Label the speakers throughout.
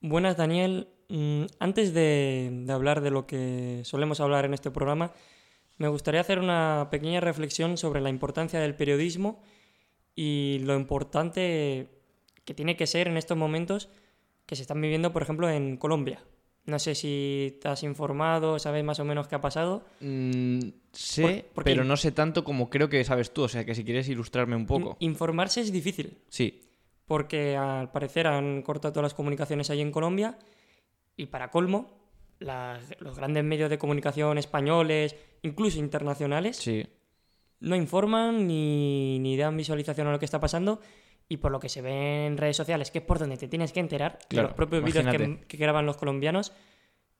Speaker 1: Buenas, Daniel. Mm, Antes de, de hablar de lo que solemos hablar en este programa, me gustaría hacer una pequeña reflexión sobre la importancia del periodismo y lo importante que tiene que ser en estos momentos que se están viviendo, por ejemplo, en Colombia. No sé si te has informado, sabes más o menos qué ha pasado.
Speaker 2: Mm, sé,
Speaker 1: Por- porque-
Speaker 2: pero no sé tanto como creo que sabes tú. O sea, que si quieres ilustrarme un poco.
Speaker 1: In- Informarse es difícil.
Speaker 2: Sí.
Speaker 1: porque al parecer han cortado todas las comunicaciones allí en Colombia y para colmo, las- los grandes medios de comunicación españoles, incluso internacionales,
Speaker 2: Sí.
Speaker 1: no informan ni, ni dan visualización a lo que está pasando y por lo que se ve en redes sociales, que es por donde te tienes que enterar de
Speaker 2: Claro,
Speaker 1: los propios vídeos que,
Speaker 2: imagínate.
Speaker 1: que graban los colombianos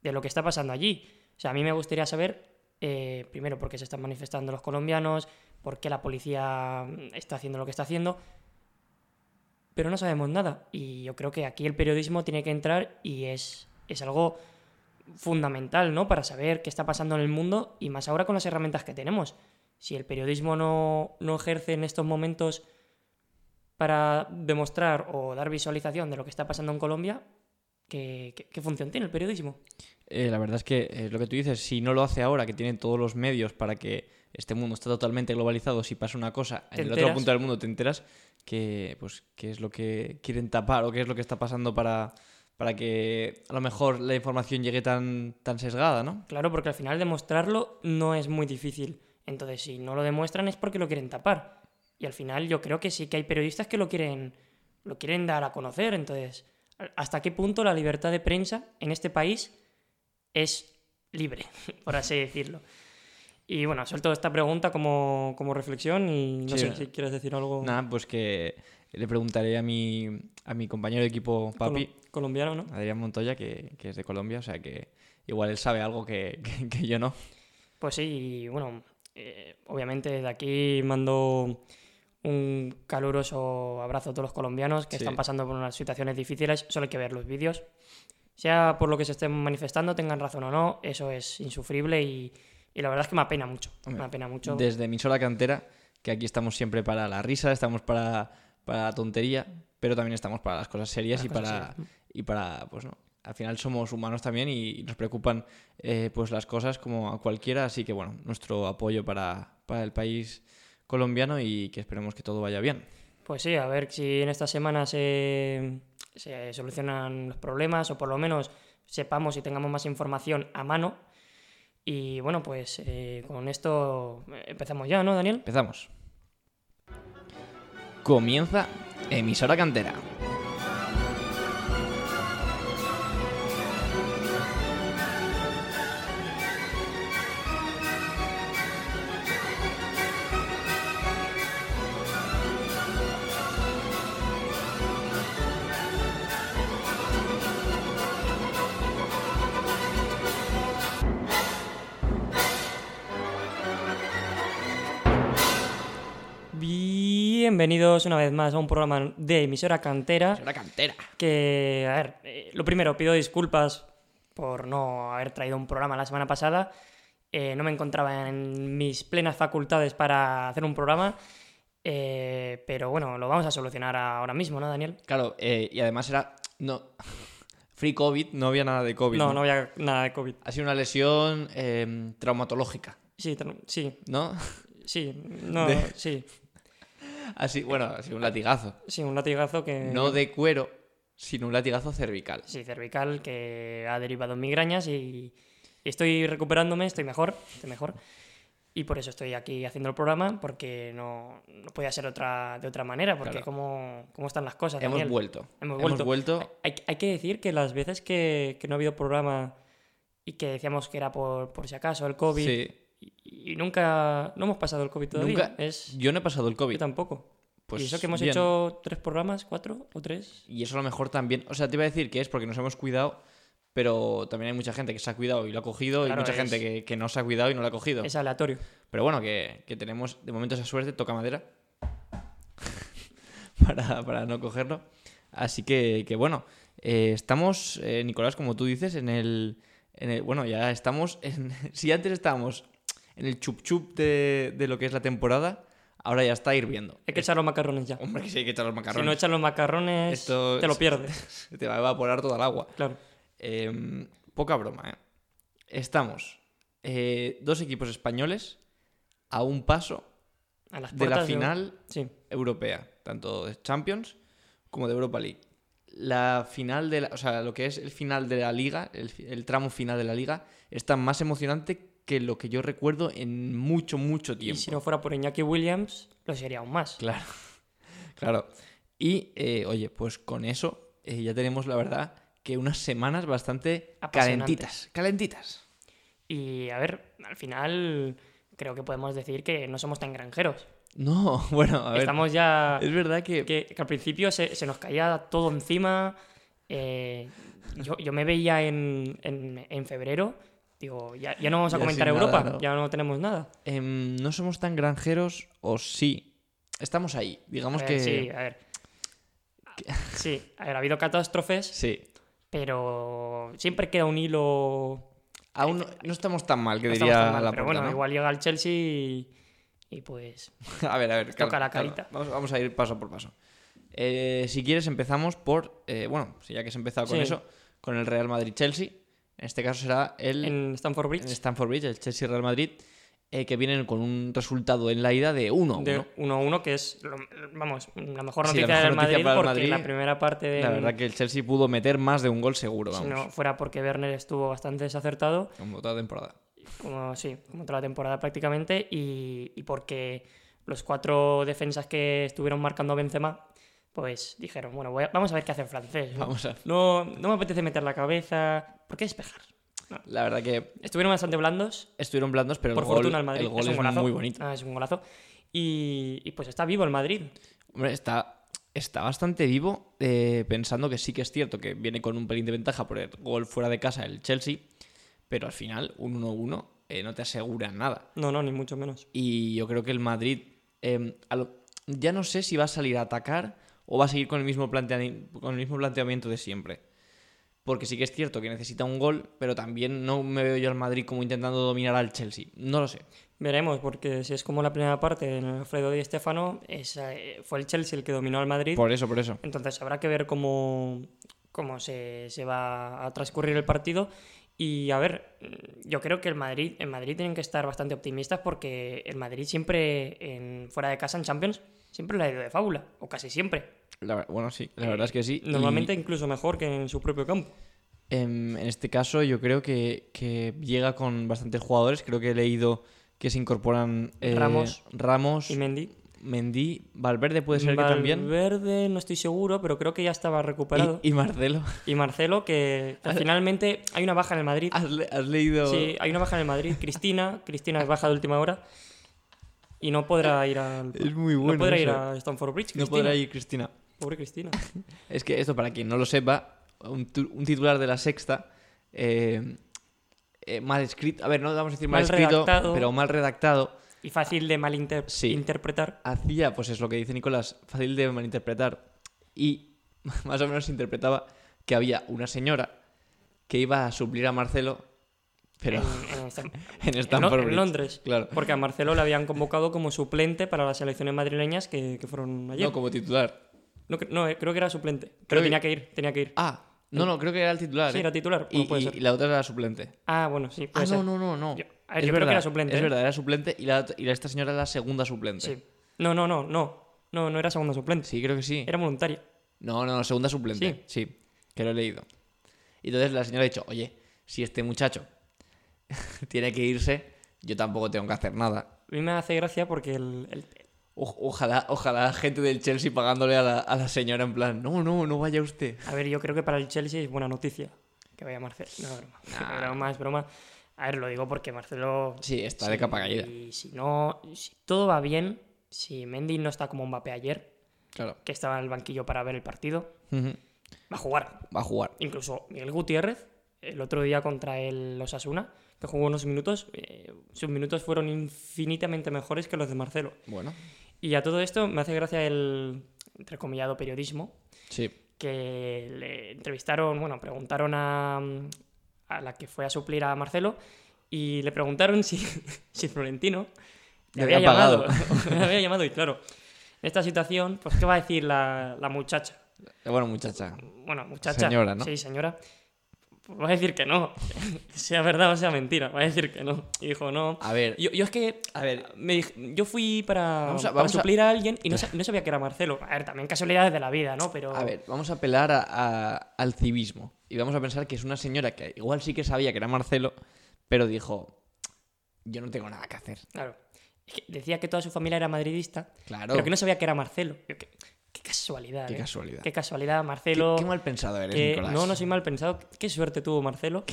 Speaker 1: de lo que está pasando allí. O sea, a mí me gustaría saber, eh, primero, por qué se están manifestando los colombianos, por qué la policía mm, está haciendo lo que está haciendo, pero no sabemos nada. Y yo creo que aquí el periodismo tiene que entrar y es, es algo fundamental, ¿no? Para saber qué está pasando en el mundo y más ahora con las herramientas que tenemos. Si el periodismo no, no ejerce en estos momentos para demostrar o dar visualización de lo que está pasando en Colombia, ¿qué, qué- qué función tiene el periodismo?
Speaker 2: Eh, la verdad es que eh, lo que tú dices, si no lo hace ahora, que tiene todos los medios para que este mundo está totalmente globalizado, si pasa una cosa,
Speaker 1: Te
Speaker 2: en el
Speaker 1: enteras.
Speaker 2: otro punto del mundo te enteras que, pues, qué es lo que quieren tapar o qué es lo que está pasando para, para que a lo mejor la información llegue tan, tan sesgada, ¿no?
Speaker 1: Claro, porque al final demostrarlo no es muy difícil. Entonces, si no lo demuestran es porque lo quieren tapar. Y al final yo creo que sí que hay periodistas que lo quieren, lo quieren dar a conocer. Entonces, ¿a- ¿hasta qué punto la libertad de prensa en este país es libre, por así decirlo? Y bueno, suelto esta pregunta como, como reflexión y no
Speaker 2: Sí.
Speaker 1: sé si quieres decir algo
Speaker 2: Nada, pues que le preguntaré a mi, a mi compañero de equipo,
Speaker 1: colo-
Speaker 2: Papi,
Speaker 1: colombiano, ¿no?
Speaker 2: Adrián Montoya, que, que es de Colombia, o sea que igual él sabe algo que, que- que yo no.
Speaker 1: Pues sí, y bueno, eh, obviamente desde aquí mando un caluroso abrazo a todos los colombianos que
Speaker 2: Sí.
Speaker 1: están pasando por unas situaciones difíciles. Solo hay que ver los vídeos. Sea por lo que se estén manifestando, tengan razón o no, eso es insufrible y, y la verdad es que me apena mucho.
Speaker 2: Hombre,
Speaker 1: me apena mucho.
Speaker 2: Desde emisora cantera, que aquí estamos siempre para la risa, estamos para, para la tontería, pero también estamos para las cosas serias
Speaker 1: Las
Speaker 2: y,
Speaker 1: cosas
Speaker 2: para, y para, pues no, al final somos humanos también y nos preocupan eh, pues las cosas como a cualquiera, así que bueno, nuestro apoyo para, para el país colombiano y que esperemos que todo vaya bien.
Speaker 1: Pues sí, a ver si en esta semana se, se solucionan los problemas o por lo menos sepamos y tengamos más información a mano. Y bueno, pues eh, con esto eh, empezamos ya, ¿no, Daniel?
Speaker 2: Empezamos. Comienza emisora cantera.
Speaker 1: Bienvenidos una vez más a un programa de emisora cantera.
Speaker 2: Emisora cantera.
Speaker 1: Que, a ver, eh, lo primero, pido disculpas por no haber traído un programa la semana pasada. Eh, no me encontraba en mis plenas facultades para hacer un programa. eh, pero bueno, lo vamos a solucionar ahora mismo, ¿no, Daniel?
Speaker 2: Claro, eh, y además era. No. Free COVID, no había nada de COVID.
Speaker 1: No, no había nada de COVID.
Speaker 2: Ha sido una lesión eh, traumatológica,
Speaker 1: Sí, tra- sí,
Speaker 2: ¿no?
Speaker 1: sí, no,
Speaker 2: De-
Speaker 1: sí,
Speaker 2: Así, bueno, ha sido un latigazo.
Speaker 1: sí, un latigazo que...
Speaker 2: No de cuero, sino un latigazo cervical.
Speaker 1: Sí, cervical, que ha derivado en migrañas y, y estoy recuperándome, estoy mejor, estoy mejor. Y por eso estoy aquí haciendo el programa, porque no, no podía ser otra, de otra manera, porque
Speaker 2: Claro.
Speaker 1: cómo, cómo están las cosas.
Speaker 2: Hemos
Speaker 1: Daniel.
Speaker 2: vuelto.
Speaker 1: Hemos vuelto.
Speaker 2: Hemos vuelto.
Speaker 1: Hay, hay que decir que las veces que, que no ha habido programa y que decíamos que era por, por si acaso el COVID,
Speaker 2: Sí.
Speaker 1: y, y nunca, no hemos pasado el COVID todavía.
Speaker 2: Nunca-
Speaker 1: Es,
Speaker 2: Yo no he pasado el
Speaker 1: yo
Speaker 2: COVID.
Speaker 1: tampoco.
Speaker 2: Pues
Speaker 1: y eso que hemos
Speaker 2: bien.
Speaker 1: hecho tres programas, cuatro o tres.
Speaker 2: Y eso a lo mejor también. O sea, te iba a decir que es porque nos hemos cuidado, pero también hay mucha gente que se ha cuidado y lo ha cogido,
Speaker 1: Claro,
Speaker 2: y mucha
Speaker 1: es-
Speaker 2: gente que, que no se ha cuidado y no lo ha cogido.
Speaker 1: Es aleatorio.
Speaker 2: Pero bueno, que, que tenemos de momento esa suerte, toca madera, para, para no cogerlo. Así que, que bueno, eh, estamos, eh, Nicolás, como tú dices, en el, en el- Bueno, ya estamos... En, si antes estábamos en el chup chup de, de lo que es la temporada, ahora ya está hirviendo.
Speaker 1: Hay que echar los macarrones ya.
Speaker 2: Hombre, que sí hay que echar los
Speaker 1: Si no
Speaker 2: macarrones.
Speaker 1: echas los macarrones,
Speaker 2: Esto-
Speaker 1: te lo pierdes.
Speaker 2: Se te va a evaporar toda el agua.
Speaker 1: Claro.
Speaker 2: Eh, poca broma, ¿eh? Estamos eh, dos equipos españoles a un paso
Speaker 1: A las
Speaker 2: de la
Speaker 1: puertas
Speaker 2: final
Speaker 1: Sí.
Speaker 2: europea, tanto de Champions como de Europa League. La final de la- o sea, lo que es el final de la liga, el, fi- el tramo final de la liga, está más emocionante que lo que yo recuerdo en mucho, mucho
Speaker 1: Y
Speaker 2: tiempo.
Speaker 1: si no fuera por Iñaki Williams, lo sería aún más.
Speaker 2: Claro, claro. Y eh, oye, pues con eso eh, ya tenemos la verdad que unas semanas bastante
Speaker 1: Apasionantes.
Speaker 2: calentitas. Calentitas.
Speaker 1: Y a ver, al final creo que podemos decir que no somos tan granjeros.
Speaker 2: No, bueno, a ver.
Speaker 1: Estamos ya...
Speaker 2: Es verdad que,
Speaker 1: Que, que al principio se, se nos caía todo encima. eh, yo, yo me veía en, en- en febrero. Digo, ya, ya no vamos a
Speaker 2: Ya
Speaker 1: comentar
Speaker 2: sin
Speaker 1: Europa,
Speaker 2: nada, ¿no?
Speaker 1: ya no tenemos nada.
Speaker 2: em, no somos tan granjeros o sí. Estamos ahí. Digamos
Speaker 1: A ver,
Speaker 2: que
Speaker 1: Eh, Sí, a ver. Sí, a ver, ha habido catástrofes,
Speaker 2: sí.
Speaker 1: pero siempre queda un hilo.
Speaker 2: Aún no, no estamos tan mal, que
Speaker 1: no estamos
Speaker 2: diría
Speaker 1: tan mal,
Speaker 2: la
Speaker 1: pero
Speaker 2: Porta,
Speaker 1: bueno,
Speaker 2: ¿no?
Speaker 1: igual llega el Chelsea y, y pues.
Speaker 2: A ver, a ver.
Speaker 1: toca
Speaker 2: calma,
Speaker 1: la
Speaker 2: calma.
Speaker 1: carita.
Speaker 2: Vamos, vamos a ir paso por paso. Eh, si quieres, empezamos por. eh, bueno, si ya que has empezado con
Speaker 1: Sí.
Speaker 2: eso, con el Real Madrid-Chelsea. En este caso será el
Speaker 1: En Stanford
Speaker 2: en
Speaker 1: Bridge,
Speaker 2: Stamford Bridge, el Chelsea-Real Madrid, eh, que vienen con un resultado en la ida de 1-1.
Speaker 1: de 1-1, que es, lo- vamos, la mejor
Speaker 2: Sí,
Speaker 1: noticia
Speaker 2: la mejor
Speaker 1: del Madrid,
Speaker 2: noticia para el
Speaker 1: porque la
Speaker 2: Madrid.
Speaker 1: primera parte de.
Speaker 2: La verdad que el Chelsea pudo meter más de un gol seguro,
Speaker 1: Si
Speaker 2: vamos.
Speaker 1: no fuera porque Werner estuvo bastante desacertado,
Speaker 2: Como toda temporada.
Speaker 1: como sí, como toda la temporada prácticamente, y, y porque los cuatro defensas que estuvieron marcando a Benzema, pues dijeron, bueno, voy a- vamos a ver qué hace el francés. ¿no?
Speaker 2: Vamos a.
Speaker 1: No, no me apetece meter la cabeza, ¿por qué despejar?
Speaker 2: La verdad que
Speaker 1: Estuvieron bastante blandos,
Speaker 2: estuvieron blandos, pero
Speaker 1: por
Speaker 2: el gol,
Speaker 1: fortuna el Madrid,
Speaker 2: el gol
Speaker 1: es
Speaker 2: es,
Speaker 1: un golazo,
Speaker 2: muy bonito.
Speaker 1: Ah, es un golazo, y, y pues está vivo el Madrid,
Speaker 2: Hombre, está, está bastante vivo, eh, pensando que sí que es cierto que viene con un pelín de ventaja por el gol fuera de casa el Chelsea, pero al final un 1-1 eh, no te asegura nada.
Speaker 1: no, no, ni mucho menos.
Speaker 2: Y yo creo que el Madrid, eh, a lo- ya no sé si va a salir a atacar o va a seguir con el, mismo planteani- con el mismo planteamiento de siempre. Porque sí que es cierto que necesita un gol, pero también no me veo yo al Madrid como intentando dominar al Chelsea. No lo sé.
Speaker 1: Veremos, porque si es como la primera parte en Alfredo Di Stefano, esa, eh, fue el Chelsea el que dominó al Madrid.
Speaker 2: Por eso, por eso.
Speaker 1: Entonces habrá que ver cómo, cómo se, se va a transcurrir el partido. Y a ver, mm, yo creo que el Madrid, en Madrid tienen que estar bastante optimistas porque el Madrid siempre, en, fuera de casa en Champions, siempre le ha ido de fábula, o casi siempre.
Speaker 2: La ver- bueno, sí, la verdad es que sí. Y-
Speaker 1: Normalmente incluso mejor que en su propio campo.
Speaker 2: Em, En este caso, yo creo que, que llega con bastantes jugadores. Creo que he leído que se incorporan eh,
Speaker 1: Ramos.
Speaker 2: Ramos,
Speaker 1: Y Mendy.
Speaker 2: Mendy, Valverde puede ser que también.
Speaker 1: Valverde, no estoy seguro, pero creo que ya estaba recuperado.
Speaker 2: Y, Ah, y Marcelo.
Speaker 1: Y, Marcelo, que, que finalmente hay una baja en el Madrid.
Speaker 2: ¿Has, le- has leído?
Speaker 1: Sí, hay una baja en el Madrid. Cristina, Cristina es baja de última hora y no podrá ir al
Speaker 2: Eh, Es muy bueno.
Speaker 1: no podrá ir
Speaker 2: eso.
Speaker 1: a Stamford Bridge,
Speaker 2: No
Speaker 1: Cristina.
Speaker 2: podrá ir Cristina.
Speaker 1: Pobre Cristina.
Speaker 2: Es que esto, para quien no lo sepa, un, tu- un titular de la sexta. eh, eh, mal escrito, a ver, no vamos a decir mal,
Speaker 1: Mal
Speaker 2: escrito,
Speaker 1: redactado.
Speaker 2: pero mal redactado,
Speaker 1: Y fácil de malinterpretar.
Speaker 2: Sí. hacía, pues es lo que dice Nicolás, fácil de malinterpretar. Y más o menos interpretaba que había una señora que iba a suplir a Marcelo, pero
Speaker 1: en, en Stam-
Speaker 2: en
Speaker 1: en Lo-
Speaker 2: Stamford
Speaker 1: en
Speaker 2: Bridge.
Speaker 1: Londres.
Speaker 2: Claro,
Speaker 1: Porque a Marcelo le habían convocado como suplente para las elecciones madrileñas que, que fueron ayer.
Speaker 2: no como titular.
Speaker 1: No, cre- no, eh, creo que era suplente. Pero
Speaker 2: Creo que-
Speaker 1: tenía que ir, tenía que ir.
Speaker 2: Ah, no, no, creo que era el titular.
Speaker 1: sí,
Speaker 2: ¿eh?
Speaker 1: era titular.
Speaker 2: y,
Speaker 1: no puede
Speaker 2: y-
Speaker 1: ser.
Speaker 2: y la otra era la suplente.
Speaker 1: Ah, bueno, sí, puede
Speaker 2: ah,
Speaker 1: ser.
Speaker 2: no, no, no, no.
Speaker 1: Yo- a ver, yo creo que
Speaker 2: verdad,
Speaker 1: era suplente,
Speaker 2: Es
Speaker 1: ¿eh?
Speaker 2: verdad, era suplente y, la, y esta señora era la segunda suplente.
Speaker 1: Sí. Eh, no, no, no, no. No, no era segunda suplente.
Speaker 2: Sí, creo que sí.
Speaker 1: Era voluntaria.
Speaker 2: No, no, segunda suplente. Sí. que lo he leído. Y entonces la señora ha dicho, oye, si este muchacho tiene que irse, yo tampoco tengo que hacer nada.
Speaker 1: A mí me hace gracia porque el- el,
Speaker 2: O- ojalá, ojalá gente del Chelsea pagándole a la, a la señora en plan, no, no, no vaya usted.
Speaker 1: A ver, yo creo que para el Chelsea es buena noticia que vaya Marcelo. No, broma.
Speaker 2: Nah.
Speaker 1: broma, es broma. A ver, lo digo porque Marcelo.
Speaker 2: Sí, está de capa caída.
Speaker 1: Y si no, si todo va bien, si Mendy no está como Mbappé ayer,
Speaker 2: Claro.
Speaker 1: que estaba en el banquillo para ver el partido,
Speaker 2: Ujú.
Speaker 1: va a jugar.
Speaker 2: Va a jugar.
Speaker 1: Incluso Miguel Gutiérrez, el otro día contra el Osasuna, que jugó unos minutos, eh, sus minutos fueron infinitamente mejores que los de Marcelo.
Speaker 2: Bueno,
Speaker 1: Y a todo esto me hace gracia el entrecomillado periodismo,
Speaker 2: sí.
Speaker 1: que le entrevistaron, bueno, preguntaron a, a la que fue a suplir a Marcelo y le preguntaron si, si Florentino Le
Speaker 2: Le
Speaker 1: había
Speaker 2: había
Speaker 1: llamado. Le había llamado y claro, en esta situación, pues ¿qué va a decir la, la muchacha?
Speaker 2: Bueno, muchacha.
Speaker 1: Bueno, muchacha.
Speaker 2: Señora, ¿no?
Speaker 1: Sí, señora. pues, va a decir que no. sea verdad o sea mentira, va a decir que no. Y dijo, no.
Speaker 2: A ver,
Speaker 1: Yo, yo es que,
Speaker 2: a ver,
Speaker 1: me dij- yo fui para,
Speaker 2: Vamos a-
Speaker 1: para
Speaker 2: vamos a-
Speaker 1: suplir a... alguien y no, sa- no sabía que era Marcelo. A ver, también casualidades de la vida, ¿no? Pero...
Speaker 2: a ver, vamos a apelar a- a- al civismo. Y vamos a pensar que es una señora que igual sí que sabía que era Marcelo, pero dijo, yo no tengo nada que hacer.
Speaker 1: Claro. Es que decía que toda su familia era madridista,
Speaker 2: Claro.
Speaker 1: pero que no sabía que era Marcelo. Yo, qué, qué casualidad.
Speaker 2: Qué
Speaker 1: ¿eh?
Speaker 2: casualidad.
Speaker 1: Qué casualidad,
Speaker 2: Qué-
Speaker 1: Marcelo.
Speaker 2: qué mal pensado eres,
Speaker 1: que-
Speaker 2: Nicolás.
Speaker 1: No, no soy mal pensado. Qué suerte tuvo Marcelo.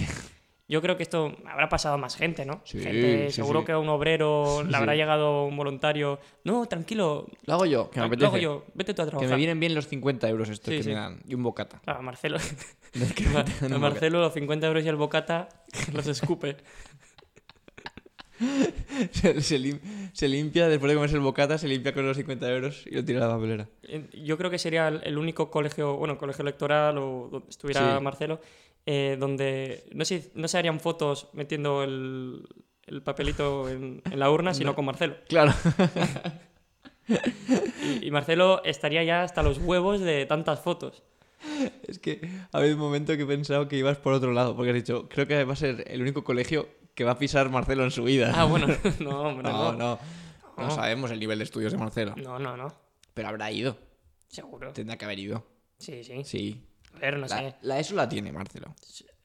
Speaker 1: Yo creo que esto habrá pasado a más gente, ¿no?
Speaker 2: Sí,
Speaker 1: gente,
Speaker 2: sí,
Speaker 1: seguro
Speaker 2: sí.
Speaker 1: que a un obrero
Speaker 2: Sí,
Speaker 1: le habrá
Speaker 2: sí.
Speaker 1: llegado un voluntario. No, tranquilo.
Speaker 2: Lo hago yo, que me apetece.
Speaker 1: Lo hago yo. Vete tú a
Speaker 2: Que
Speaker 1: trabajar.
Speaker 2: me vienen bien los 50 euros estos
Speaker 1: Sí,
Speaker 2: que
Speaker 1: sí.
Speaker 2: me dan. Y un bocata.
Speaker 1: Claro, a Marcelo.
Speaker 2: Que me dan
Speaker 1: A
Speaker 2: un bocata.
Speaker 1: Marcelo los 50 euros y el bocata los escupe.
Speaker 2: Se, se lim- se limpia, después de comerse el bocata, se limpia con los 50 euros y lo tira a la papelera.
Speaker 1: Eh, Yo creo que sería el el único colegio, bueno, colegio electoral o donde estuviera
Speaker 2: Sí.
Speaker 1: Marcelo, eh, donde no se, no se harían fotos metiendo el, el papelito en, en la urna, sino con Marcelo.
Speaker 2: Claro.
Speaker 1: Y, y Marcelo estaría ya hasta los huevos de tantas fotos.
Speaker 2: Es que ha habido un momento que he pensado que ibas por otro lado, porque has dicho, creo que va a ser el único colegio que va a pisar Marcelo en su vida.
Speaker 1: Ah, bueno, no, hombre, no.
Speaker 2: no, no, no.
Speaker 1: No.
Speaker 2: sabemos el nivel de estudios de Marcelo.
Speaker 1: No, no, no.
Speaker 2: Pero habrá ido.
Speaker 1: Seguro.
Speaker 2: Tendrá que haber ido.
Speaker 1: Sí, sí.
Speaker 2: Sí.
Speaker 1: A ver, no sé.
Speaker 2: La, la ESO la tiene Marcelo.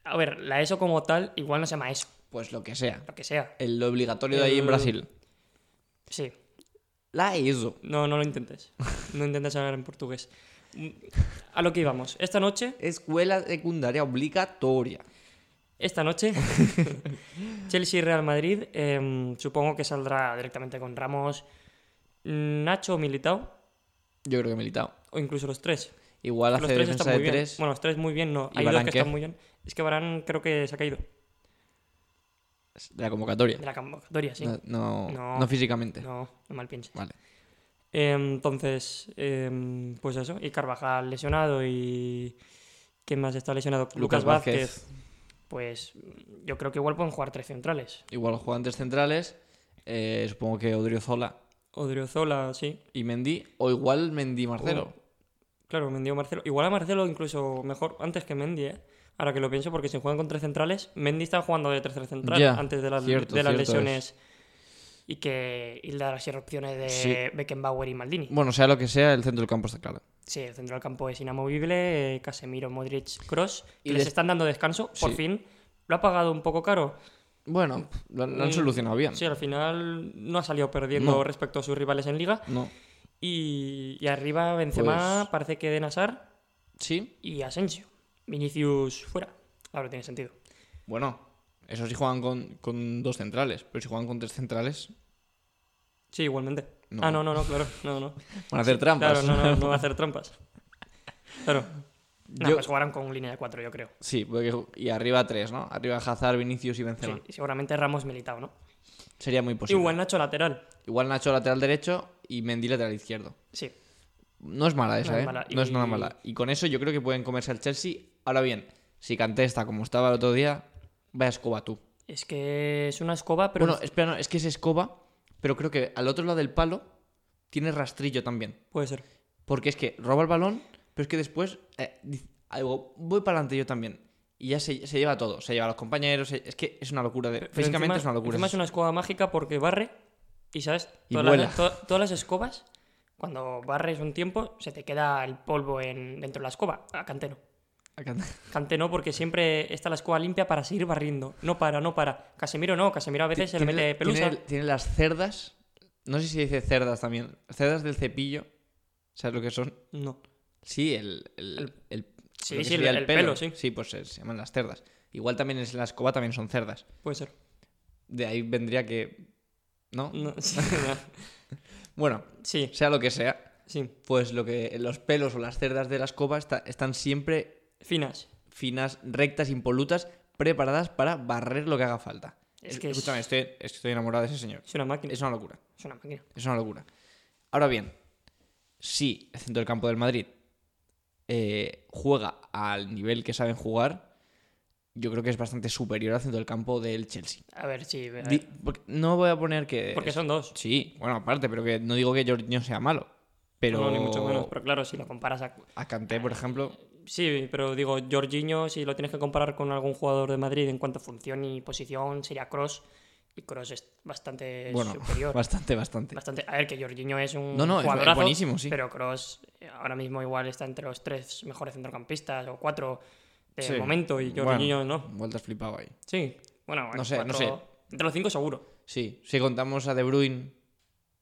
Speaker 1: A ver, la ESO como tal, igual no se llama ESO,
Speaker 2: Pues lo que sea.
Speaker 1: lo que sea.
Speaker 2: El obligatorio de ahí en
Speaker 1: El-
Speaker 2: Brasil.
Speaker 1: Sí.
Speaker 2: La ESO.
Speaker 1: No, no lo intentes. No intentes hablar en portugués. Mm, A lo que íbamos. Esta noche
Speaker 2: Escuela secundaria obligatoria.
Speaker 1: Esta noche, Chelsea Real Madrid, em, supongo que saldrá directamente con Ramos, Nacho o Militao,
Speaker 2: Yo creo que militado.
Speaker 1: o incluso los tres.
Speaker 2: Igual hace
Speaker 1: Los tres
Speaker 2: defensa
Speaker 1: están
Speaker 2: de
Speaker 1: muy bien.
Speaker 2: tres.
Speaker 1: Bueno, los tres muy bien, no.
Speaker 2: ¿Y
Speaker 1: Hay dos
Speaker 2: Varane
Speaker 1: que
Speaker 2: qué?
Speaker 1: están muy bien. Es que Barán creo que se ha caído
Speaker 2: De la convocatoria.
Speaker 1: de la convocatoria, sí. No,
Speaker 2: No, no,
Speaker 1: No.
Speaker 2: no físicamente.
Speaker 1: no, mal pienses.
Speaker 2: Vale.
Speaker 1: Em, entonces, em, pues eso. Y Carvajal lesionado y... ¿Quién más está lesionado? Lucas, Vázquez. Pues yo creo que igual pueden jugar tres centrales.
Speaker 2: Igual jugadores centrales. eh, supongo que Odriozola
Speaker 1: Odriozola, sí.
Speaker 2: y Mendy. O igual Mendy y Marcelo.
Speaker 1: Claro, Mendy o Marcelo. Igual a Marcelo incluso mejor antes que Mendy, ¿eh? Ahora que lo pienso, porque si juegan con tres centrales, Mendy estaba jugando de tercer central
Speaker 2: Ya,
Speaker 1: antes de las,
Speaker 2: cierto,
Speaker 1: de las
Speaker 2: cierto
Speaker 1: lesiones y que y las erupciones de
Speaker 2: Sí.
Speaker 1: Beckenbauer y Maldini.
Speaker 2: Bueno, sea lo que sea, el centro del campo está claro.
Speaker 1: Sí, el centro del campo es inamovible, eh, Casemiro, Modric, Cross,
Speaker 2: Y
Speaker 1: y les
Speaker 2: des-
Speaker 1: están dando descanso, por
Speaker 2: Sí.
Speaker 1: fin. Lo ha pagado un poco caro.
Speaker 2: Bueno, lo, lo han
Speaker 1: Mm,
Speaker 2: solucionado bien.
Speaker 1: Sí, al final no ha salido perdiendo
Speaker 2: No.
Speaker 1: respecto a sus rivales en liga.
Speaker 2: No.
Speaker 1: Y, y arriba Benzema,
Speaker 2: Pues-
Speaker 1: parece que Denazar
Speaker 2: Sí.
Speaker 1: y Asensio. Vinicius fuera. Ahora tiene sentido.
Speaker 2: Bueno, eso sí juegan con, con dos centrales. Pero si juegan con tres centrales,
Speaker 1: Sí, igualmente.
Speaker 2: No.
Speaker 1: Ah, no, no, no, claro. No, no.
Speaker 2: van a hacer trampas.
Speaker 1: Claro, no, no, no va a hacer trampas. Claro. No,
Speaker 2: Yo-
Speaker 1: pues jugarán con línea de cuatro, yo creo.
Speaker 2: Sí, porque- y arriba tres, ¿no? Arriba Hazard, Vinicius y Benzema.
Speaker 1: Sí, y seguramente Ramos militado, ¿no?
Speaker 2: Pues Sería muy posible.
Speaker 1: Igual Nacho lateral.
Speaker 2: Igual Nacho lateral derecho y Mendy lateral izquierdo.
Speaker 1: Sí.
Speaker 2: No es mala esa,
Speaker 1: No es
Speaker 2: ¿eh?
Speaker 1: mala.
Speaker 2: No es nada
Speaker 1: Y-
Speaker 2: mala. Y con eso yo creo que pueden comerse al Chelsea. Ahora bien, si Kanté está como estaba el otro día, vaya escoba tú.
Speaker 1: Es que es una escoba, pero.
Speaker 2: Bueno, espera, no, es que es escoba, pero creo que al otro lado del palo tiene rastrillo también.
Speaker 1: Puede ser.
Speaker 2: Porque es que roba el balón, pero es que después eh, dice algo, voy para adelante yo también. Y ya se, se lleva todo, se lleva a los compañeros, se- es que es una locura. de-
Speaker 1: Pero
Speaker 2: físicamente
Speaker 1: encima-
Speaker 2: es una locura.
Speaker 1: Encima es una escoba mágica porque barre y, ¿sabes?
Speaker 2: Y
Speaker 1: Todas,
Speaker 2: vuela.
Speaker 1: Las, to- todas las escobas, cuando barres un tiempo, se te queda el polvo en, dentro de la escoba. A cantero. Kanté no, porque siempre está la escoba limpia para seguir barriendo. No para, no para. Casemiro no, Casemiro a veces se le mete pelusa.
Speaker 2: tiene- tiene las cerdas, no sé si dice cerdas también, cerdas del cepillo, ¿sabes lo que son?
Speaker 1: No.
Speaker 2: Sí, el, el,
Speaker 1: El-
Speaker 2: el-
Speaker 1: Sí,
Speaker 2: lo que
Speaker 1: sí,
Speaker 2: sería
Speaker 1: el- el pelo, sí.
Speaker 2: Sí, pues se, se llaman las cerdas. Igual también es, en la escoba también son cerdas.
Speaker 1: Puede ser.
Speaker 2: De ahí vendría que... ¿No?
Speaker 1: No, sí,
Speaker 2: Bueno,
Speaker 1: sí,
Speaker 2: sea lo que sea,
Speaker 1: sí.
Speaker 2: pues lo que los pelos o las cerdas de la escoba está- están siempre
Speaker 1: Finas.
Speaker 2: finas, rectas, impolutas, preparadas para barrer lo que haga falta.
Speaker 1: Es
Speaker 2: Es
Speaker 1: que
Speaker 2: que
Speaker 1: es-
Speaker 2: Escúchame, estoy, es que estoy enamorado de ese señor.
Speaker 1: Es una máquina.
Speaker 2: Es una locura.
Speaker 1: Es una máquina.
Speaker 2: Es una locura. Ahora bien, si el centro del campo del Madrid eh, juega al nivel que saben jugar, yo creo que es bastante superior al centro del campo del Chelsea.
Speaker 1: A ver, sí. a ver,
Speaker 2: Di- porque- no voy a poner que...
Speaker 1: porque son dos.
Speaker 2: Sí, bueno, aparte, pero que no digo que Jorginho sea malo, pero...
Speaker 1: No, ni mucho menos. Pero claro, si lo comparas a.
Speaker 2: A Kanté, por ejemplo,
Speaker 1: Ah, Sí, pero digo, Jorginho, si lo tienes que comparar con algún jugador de Madrid en cuanto a función y posición, sería Cross. Y Cross es bastante
Speaker 2: bueno,
Speaker 1: superior.
Speaker 2: bastante, bastante.
Speaker 1: Bastante. A ver, que Jorginho es un
Speaker 2: No, no, es- es
Speaker 1: jugadorazo,
Speaker 2: buenísimo, sí.
Speaker 1: Pero Cross ahora mismo igual está entre los tres mejores centrocampistas o cuatro de
Speaker 2: Sí.
Speaker 1: momento y
Speaker 2: Bueno,
Speaker 1: Jorginho no.
Speaker 2: Vueltas flipado ahí.
Speaker 1: Sí. Bueno, bueno,
Speaker 2: sé, no
Speaker 1: cuatro- Entre los cinco seguro.
Speaker 2: Sí, si contamos a De Bruyne,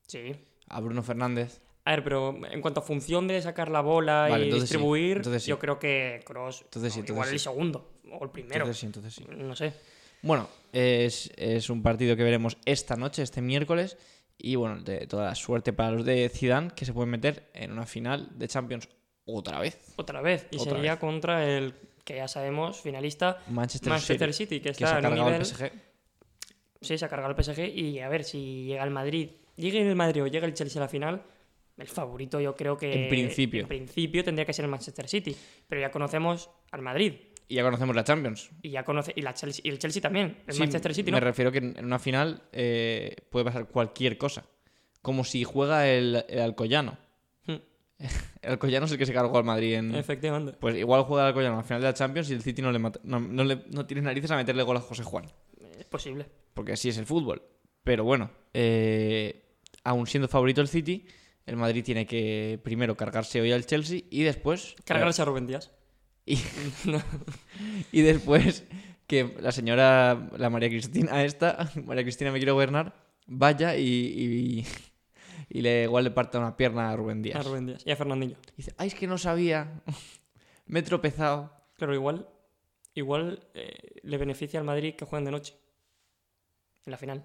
Speaker 1: Sí.
Speaker 2: a Bruno Fernández,
Speaker 1: A ver, pero en cuanto a función de sacar la bola
Speaker 2: Vale,
Speaker 1: y
Speaker 2: entonces sí,
Speaker 1: distribuir,
Speaker 2: entonces sí.
Speaker 1: yo creo que Cross
Speaker 2: Entonces sí,
Speaker 1: igual
Speaker 2: entonces
Speaker 1: el
Speaker 2: sí.
Speaker 1: segundo o el primero.
Speaker 2: entonces sí, entonces sí.
Speaker 1: No sé.
Speaker 2: Bueno, es, es un partido que veremos esta noche, este miércoles. Y bueno, de toda la suerte para los de Zidane, que se pueden meter en una final de Champions otra vez.
Speaker 1: Otra vez. Y
Speaker 2: Otra
Speaker 1: sería
Speaker 2: vez.
Speaker 1: contra el que ya sabemos, finalista
Speaker 2: Manchester,
Speaker 1: Manchester
Speaker 2: City,
Speaker 1: City, que
Speaker 2: que se
Speaker 1: está
Speaker 2: ha
Speaker 1: en un
Speaker 2: cargado
Speaker 1: nivel.
Speaker 2: al PSG.
Speaker 1: Sí, se ha cargado el PSG. Y a ver si llega el Madrid. Llegue el Madrid o llega el Chelsea a la final. El favorito, yo creo que.
Speaker 2: En principio.
Speaker 1: En principio tendría que ser el Manchester City. Pero ya conocemos al Madrid.
Speaker 2: Y ya conocemos la Champions.
Speaker 1: Y ya conoce. Y, la Chelsea, y el Chelsea también. El
Speaker 2: Sí,
Speaker 1: Manchester City, ¿no?
Speaker 2: Me refiero que en en una final eh, puede pasar cualquier cosa. Como si juega el, el Alcoyano.
Speaker 1: Hmm.
Speaker 2: El Alcoyano es el que se cargó al Madrid en...
Speaker 1: Mm. Efectivamente.
Speaker 2: Pues igual juega el Alcoyano al final de la Champions y el City no, le mata- no, no le- no tiene narices a meterle gol a José Juan.
Speaker 1: Es posible.
Speaker 2: porque así es el fútbol. Pero bueno, eh, aún siendo favorito el City, el Madrid tiene que primero cargarse hoy al Chelsea y después.
Speaker 1: Cargarse a Rubén Díaz.
Speaker 2: Y, y después que la señora, la María Cristina, esta, María Cristina me quiero gobernar, vaya y, y, y le, igual le parta una pierna a Rubén
Speaker 1: A
Speaker 2: Díaz.
Speaker 1: Rubén Díaz. Y a Fernandinho.
Speaker 2: Y dice, ay, es que no sabía, me he tropezado.
Speaker 1: Claro, igual, igual eh, le beneficia al Madrid que jueguen de noche. En la final.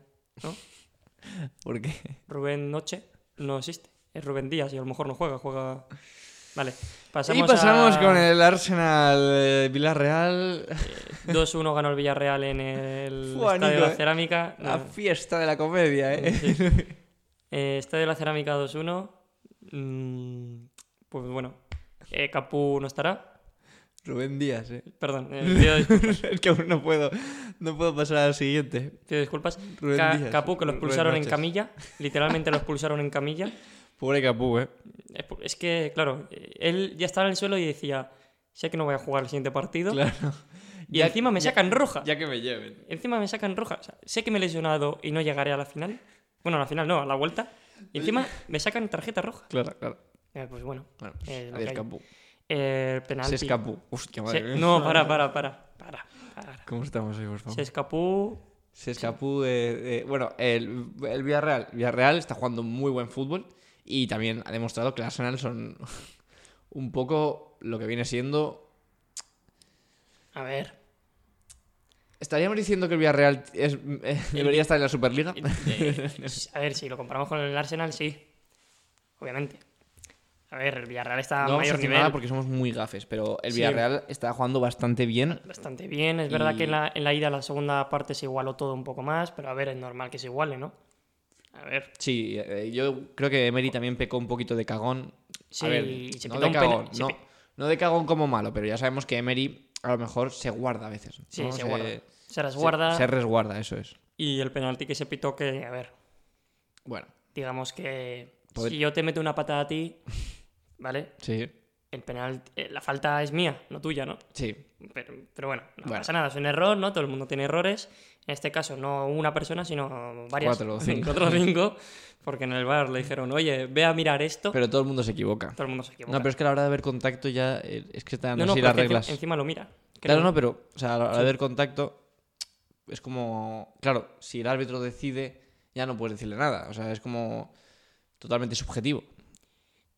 Speaker 2: Porque
Speaker 1: Rubén Noche no existe. Es Rubén Díaz y a lo mejor no juega, juega. Vale.
Speaker 2: y
Speaker 1: Pasamos
Speaker 2: pasamos
Speaker 1: a-
Speaker 2: con el Arsenal eh, Villarreal,
Speaker 1: eh, 2-1 ganó el Villarreal en el
Speaker 2: Fua,
Speaker 1: Estadio de
Speaker 2: Nico,
Speaker 1: la
Speaker 2: eh.
Speaker 1: Cerámica.
Speaker 2: la
Speaker 1: No,
Speaker 2: fiesta de la comedia, ¿eh?
Speaker 1: sí. Eh, Estadio de la Cerámica 2-1. Mm, pues bueno. Eh, Capú no estará.
Speaker 2: Rubén Días, ¿eh?
Speaker 1: Perdón, eh, pido, dis-
Speaker 2: es que aún no puedo, no puedo pasar al siguiente.
Speaker 1: pido disculpas.
Speaker 2: Rubén
Speaker 1: Ca-
Speaker 2: Díaz.
Speaker 1: Capú, que lo
Speaker 2: Rubén
Speaker 1: expulsaron en
Speaker 2: Noches.
Speaker 1: camilla. Literalmente lo expulsaron en camilla.
Speaker 2: Pobre Capú, ¿eh?
Speaker 1: Es por- Es que, claro, eh, él ya estaba en el suelo y decía, sé que no voy a jugar el siguiente partido.
Speaker 2: Claro.
Speaker 1: Y encima me sacan roja.
Speaker 2: Ya que me lleven.
Speaker 1: Encima me sacan roja. O sea, sé que me he lesionado y no llegaré a la final. Bueno, a la final no, a la vuelta. Y encima me sacan tarjeta roja.
Speaker 2: Claro, claro.
Speaker 1: Eh, pues bueno,
Speaker 2: Bueno, pues,
Speaker 1: Eh, lo
Speaker 2: adiós,
Speaker 1: que hay.
Speaker 2: Capú.
Speaker 1: eh,
Speaker 2: Se
Speaker 1: penalti.
Speaker 2: escapó. Hostia, madre
Speaker 1: Se-
Speaker 2: mía.
Speaker 1: No, para, para, para. Para, para.
Speaker 2: ¿Cómo estamos hoy, por favor?
Speaker 1: Se escapó.
Speaker 2: Se escapó de... de- bueno, el, el Villarreal. Villarreal está jugando muy buen fútbol y también ha demostrado que el Arsenal son un poco lo que viene siendo...
Speaker 1: A ver.
Speaker 2: ¿Estaríamos diciendo que el Villarreal es- eh, debería estar en la Superliga?
Speaker 1: eh, a ver, si lo comparamos con el Arsenal, sí. Obviamente. A ver, el Villarreal está
Speaker 2: No
Speaker 1: a
Speaker 2: vamos a
Speaker 1: mayor
Speaker 2: decir
Speaker 1: nivel.
Speaker 2: nada porque somos muy gafes, pero el
Speaker 1: Sí.
Speaker 2: Villarreal está jugando bastante bien.
Speaker 1: bastante bien. Es verdad
Speaker 2: Y-
Speaker 1: que en la, en la ida, la segunda parte, se igualó todo un poco más, pero a ver, es normal que se iguale, ¿no? A ver,
Speaker 2: Sí, eh, yo creo que Emery también pecó un poquito de cagón.
Speaker 1: Sí,
Speaker 2: a ver,
Speaker 1: y se
Speaker 2: no
Speaker 1: pitó
Speaker 2: de
Speaker 1: un pena-
Speaker 2: cagón,
Speaker 1: se
Speaker 2: no,
Speaker 1: pi-
Speaker 2: no de cagón como malo, pero ya sabemos que Emery a lo mejor se guarda a veces.
Speaker 1: sí,
Speaker 2: ¿no?
Speaker 1: se, guarda. Se las
Speaker 2: se-
Speaker 1: guarda.
Speaker 2: Se, resguarda, eso es.
Speaker 1: Y el penalti que se pitó, que, a ver,
Speaker 2: Bueno,
Speaker 1: digamos que
Speaker 2: Podri-
Speaker 1: si yo te meto una patada a ti, ¿vale?
Speaker 2: sí,
Speaker 1: El penalti, eh, la falta es mía, no tuya, ¿no?
Speaker 2: sí.
Speaker 1: Pero, pero bueno, no
Speaker 2: Bueno.
Speaker 1: pasa nada, es un error, ¿no? Todo el mundo tiene errores. En este caso, no una persona, sino varias.
Speaker 2: Cuatro o cinco.
Speaker 1: cuatro o cinco, porque en el bar le dijeron, oye, ve a mirar esto.
Speaker 2: Pero todo el mundo se equivoca.
Speaker 1: Todo el mundo se equivoca.
Speaker 2: No, pero es que a la hora de haber contacto ya eh, es que están
Speaker 1: No, no,
Speaker 2: así
Speaker 1: pero
Speaker 2: las
Speaker 1: es que
Speaker 2: reglas.
Speaker 1: enci- Encima lo mira.
Speaker 2: Claro,
Speaker 1: Creo.
Speaker 2: no, pero o sea, a la hora de ver contacto es como, claro, si el árbitro decide, ya no puedes decirle nada, o sea, es como totalmente subjetivo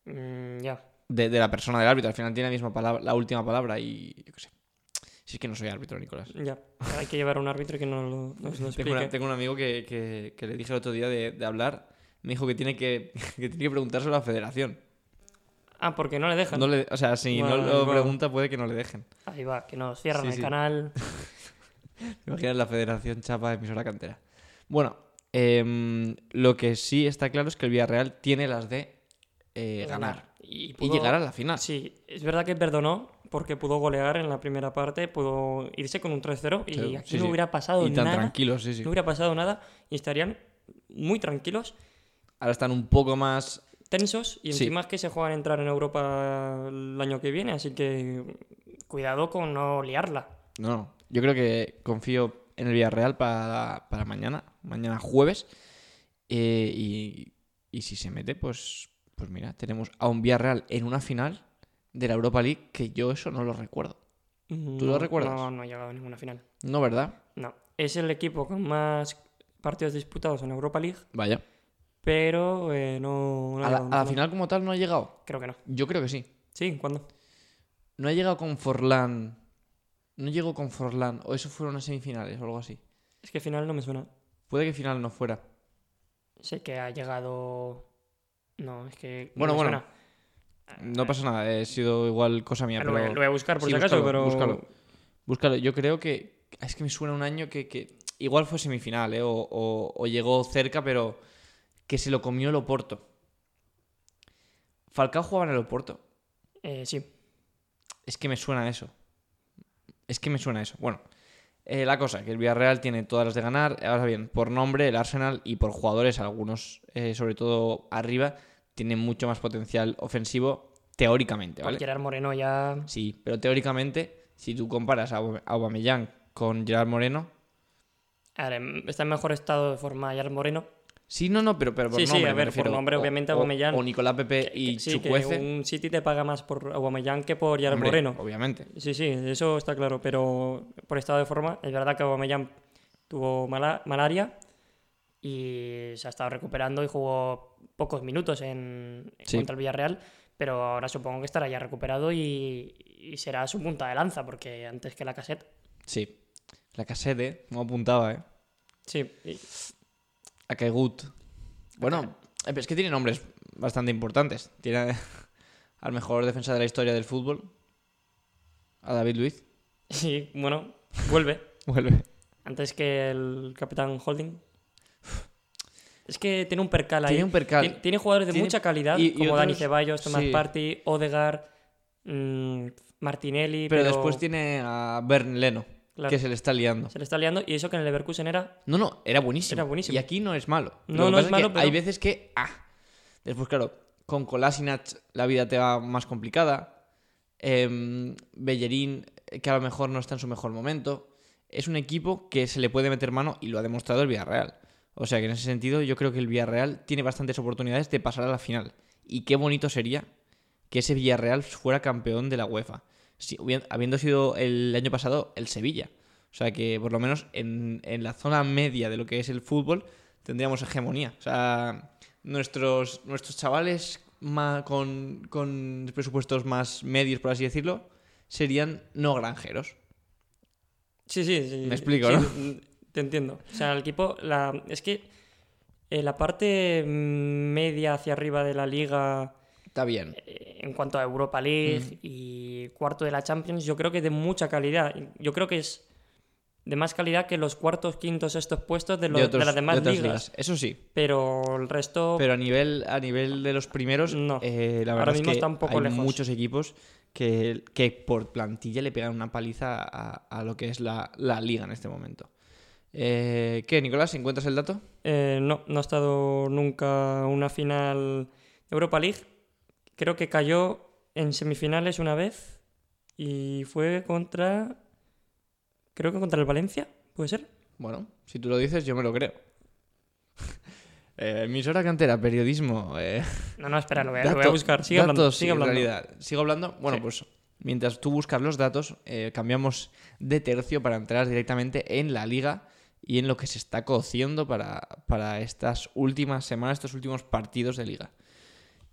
Speaker 1: Mm, ya.
Speaker 2: de, de la persona del árbitro, al final tiene la misma palabra, la última palabra y yo qué sé. Si es que no soy árbitro, Nicolás.
Speaker 1: Ya, hay que llevar a un árbitro que no lo, nos lo
Speaker 2: Tengo, una-
Speaker 1: explique.
Speaker 2: tengo un amigo que, que- que le dije el otro día de, de hablar, me dijo que tiene que, que tiene que preguntárselo a la federación.
Speaker 1: Ah, porque no le dejan.
Speaker 2: No le, o sea, si no
Speaker 1: Vale,
Speaker 2: lo
Speaker 1: vale.
Speaker 2: pregunta puede que no le dejen.
Speaker 1: Ahí va, que nos cierran
Speaker 2: Sí,
Speaker 1: el
Speaker 2: sí.
Speaker 1: canal.
Speaker 2: Imagina la Federación Chapa de Emisora Cantera. Bueno, em, lo que sí está claro es que el Villarreal tiene las de eh, ganar.
Speaker 1: Y Y,
Speaker 2: Y
Speaker 1: pudo-
Speaker 2: llegar a la final.
Speaker 1: Ah, Sí, es verdad que perdonó porque pudo golear en la primera parte, pudo irse con un 3-0 y
Speaker 2: Sí,
Speaker 1: aquí
Speaker 2: sí,
Speaker 1: no
Speaker 2: sí.
Speaker 1: hubiera pasado
Speaker 2: y tan
Speaker 1: nada.
Speaker 2: tranquilos, sí, sí.
Speaker 1: No hubiera pasado nada y estarían muy tranquilos,
Speaker 2: Ahora están un poco más
Speaker 1: tensos y
Speaker 2: Sí.
Speaker 1: encima es que se juegan a entrar en Europa el año que viene, así que cuidado con no liarla.
Speaker 2: No, no. Yo creo que confío en el Villarreal para, para mañana, mañana jueves. Eh, y, y si se mete, pues, pues mira, tenemos a un Villarreal en una final de la Europa League que yo eso no lo recuerdo.
Speaker 1: ¿Tú
Speaker 2: lo recuerdas?
Speaker 1: No, no ha llegado a ninguna final.
Speaker 2: No, ¿verdad?
Speaker 1: No, es el equipo con más partidos disputados en Europa League,
Speaker 2: Vaya.
Speaker 1: pero eh, no, no ha
Speaker 2: A la,
Speaker 1: llegado
Speaker 2: a la
Speaker 1: nunca.
Speaker 2: final como tal no ha llegado.
Speaker 1: Creo que no.
Speaker 2: Yo creo que sí.
Speaker 1: Sí, ¿cuándo?
Speaker 2: No ha llegado con Forlán. No llegó con Forlán. O eso fueron las semifinales o algo así.
Speaker 1: Es que final no me suena.
Speaker 2: Puede que final no fuera.
Speaker 1: Sé que ha llegado. No, es que. no
Speaker 2: Bueno,
Speaker 1: me
Speaker 2: bueno,
Speaker 1: suena.
Speaker 2: No pasa nada. Ha sido igual cosa mía.
Speaker 1: lo, voy,
Speaker 2: pero...
Speaker 1: a- lo voy a buscar por
Speaker 2: Sí,
Speaker 1: si acaso,
Speaker 2: búscalo,
Speaker 1: pero.
Speaker 2: búscalo. Búscalo, yo creo que. Es que me suena un año que. que- igual fue semifinal, ¿eh? O, o- o llegó cerca, pero. Que se lo comió el Oporto. Falcao jugaba en el Oporto.
Speaker 1: Eh, sí.
Speaker 2: Es que me suena a eso. Es que me suena a eso. Bueno, eh, la cosa, que el Villarreal tiene todas las de ganar. Ahora bien, por nombre, el Arsenal y por jugadores, algunos, eh, sobre todo arriba, tienen mucho más potencial ofensivo, teóricamente, ¿vale?
Speaker 1: Por Gerard Moreno ya.
Speaker 2: Sí, pero teóricamente, si tú comparas a Aubame- a Aubameyang con Gerard Moreno,
Speaker 1: A ver, em, está en mejor estado de forma Gerard Moreno.
Speaker 2: sí, no, no, pero, pero por
Speaker 1: Sí, sí,
Speaker 2: nombre,
Speaker 1: a
Speaker 2: me
Speaker 1: ver, por
Speaker 2: refiero.
Speaker 1: nombre,
Speaker 2: O-
Speaker 1: obviamente,
Speaker 2: o-
Speaker 1: Aubameyang.
Speaker 2: O Nicolás Pepe y
Speaker 1: Que- sí, que
Speaker 2: Chukwueze.
Speaker 1: un City te paga más por Aubameyang que por Gerard
Speaker 2: Hombre,
Speaker 1: Moreno.
Speaker 2: Obviamente.
Speaker 1: Sí, sí, eso está claro, pero por estado de forma, es verdad que Aubameyang tuvo mala- malaria y se ha estado recuperando y jugó pocos minutos en, en
Speaker 2: Sí.
Speaker 1: contra el Villarreal, pero ahora supongo que estará ya recuperado y, y será su punta de lanza, porque antes que la cassette,
Speaker 2: Sí. La casete, como apuntaba, ¿eh?
Speaker 1: sí, y-
Speaker 2: A Kegut. Bueno, eh, es que tiene nombres bastante importantes. Tiene al mejor defensa de la historia del fútbol, a David Luiz.
Speaker 1: sí, bueno, vuelve,
Speaker 2: Vuelve.
Speaker 1: antes que el capitán Holding. Es que tiene un percal ahí.
Speaker 2: Tiene un percal.
Speaker 1: Tien- Tiene jugadores de
Speaker 2: Tiene-
Speaker 1: mucha calidad,
Speaker 2: y- y
Speaker 1: como Dani
Speaker 2: otros-
Speaker 1: Ceballos, Tomás
Speaker 2: sí.
Speaker 1: Party, Odegar, Martinelli.
Speaker 2: pero, después tiene a Bern Leno,
Speaker 1: Claro.
Speaker 2: que se le está liando.
Speaker 1: Se le está liando, y eso que en el Leverkusen era.
Speaker 2: No, no, era buenísimo.
Speaker 1: Era buenísimo.
Speaker 2: Y aquí no es malo.
Speaker 1: No,
Speaker 2: Lo que
Speaker 1: no
Speaker 2: pasa
Speaker 1: es malo,
Speaker 2: que
Speaker 1: pero-
Speaker 2: Hay veces que. Ah. Después, claro, con Kolasinac la vida te va más complicada. Em, Bellerín, eh, que a lo mejor no está en su mejor momento. Es un equipo que se le puede meter mano y lo ha demostrado el Villarreal. O sea que en ese sentido, yo creo que el Villarreal tiene bastantes oportunidades de pasar a la final. Y qué bonito sería que ese Villarreal fuera campeón de la UEFA. Si- hubi- habiendo sido el año pasado el Sevilla. O sea que por lo menos en, en la zona media de lo que es el fútbol tendríamos hegemonía. O sea, nuestros, nuestros chavales ma- con, con presupuestos más medios, por así decirlo, serían no granjeros.
Speaker 1: Sí, sí, sí.
Speaker 2: Me explico,
Speaker 1: sí, Te entiendo. O sea, el equipo. La... Es que eh, la parte mm, media hacia arriba de la liga.
Speaker 2: Está bien.
Speaker 1: eh, En cuanto a Europa League
Speaker 2: Mm.
Speaker 1: y cuarto de la Champions, yo creo que es de mucha calidad. Yo creo que es de más calidad que los cuartos, quintos, sextos puestos de, los, de
Speaker 2: otros-
Speaker 1: las demás
Speaker 2: otras
Speaker 1: ligas.
Speaker 2: Eso sí.
Speaker 1: Pero el resto.
Speaker 2: Pero a nivel, a nivel de los primeros,
Speaker 1: No.
Speaker 2: eh, la verdad
Speaker 1: Ahora
Speaker 2: es
Speaker 1: mismo
Speaker 2: que
Speaker 1: está un poco
Speaker 2: hay
Speaker 1: lejos.
Speaker 2: muchos equipos que, que por plantilla le pegan una paliza a, a lo que es la, la liga en este momento. Eh, ¿Qué, Nicolás? ¿Encuentras el dato?
Speaker 1: Eh, no, no ha estado nunca una final de Europa League. Creo que cayó en semifinales una vez y fue contra. Creo que contra el Valencia, ¿puede ser?
Speaker 2: Bueno, si tú lo dices, yo me lo creo. Eh, emisora cantera, periodismo. eh,
Speaker 1: No, no, espera, lo voy a, lo
Speaker 2: dato-
Speaker 1: voy a buscar. Sigue
Speaker 2: datos,
Speaker 1: hablando,
Speaker 2: sí,
Speaker 1: sigue hablando.
Speaker 2: realidad. ¿Sigo hablando? Bueno,
Speaker 1: Sí.
Speaker 2: pues mientras tú buscas los datos, eh, cambiamos de tercio para entrar directamente en la liga y en lo que se está cociendo para, para estas últimas semanas, estos últimos partidos de liga.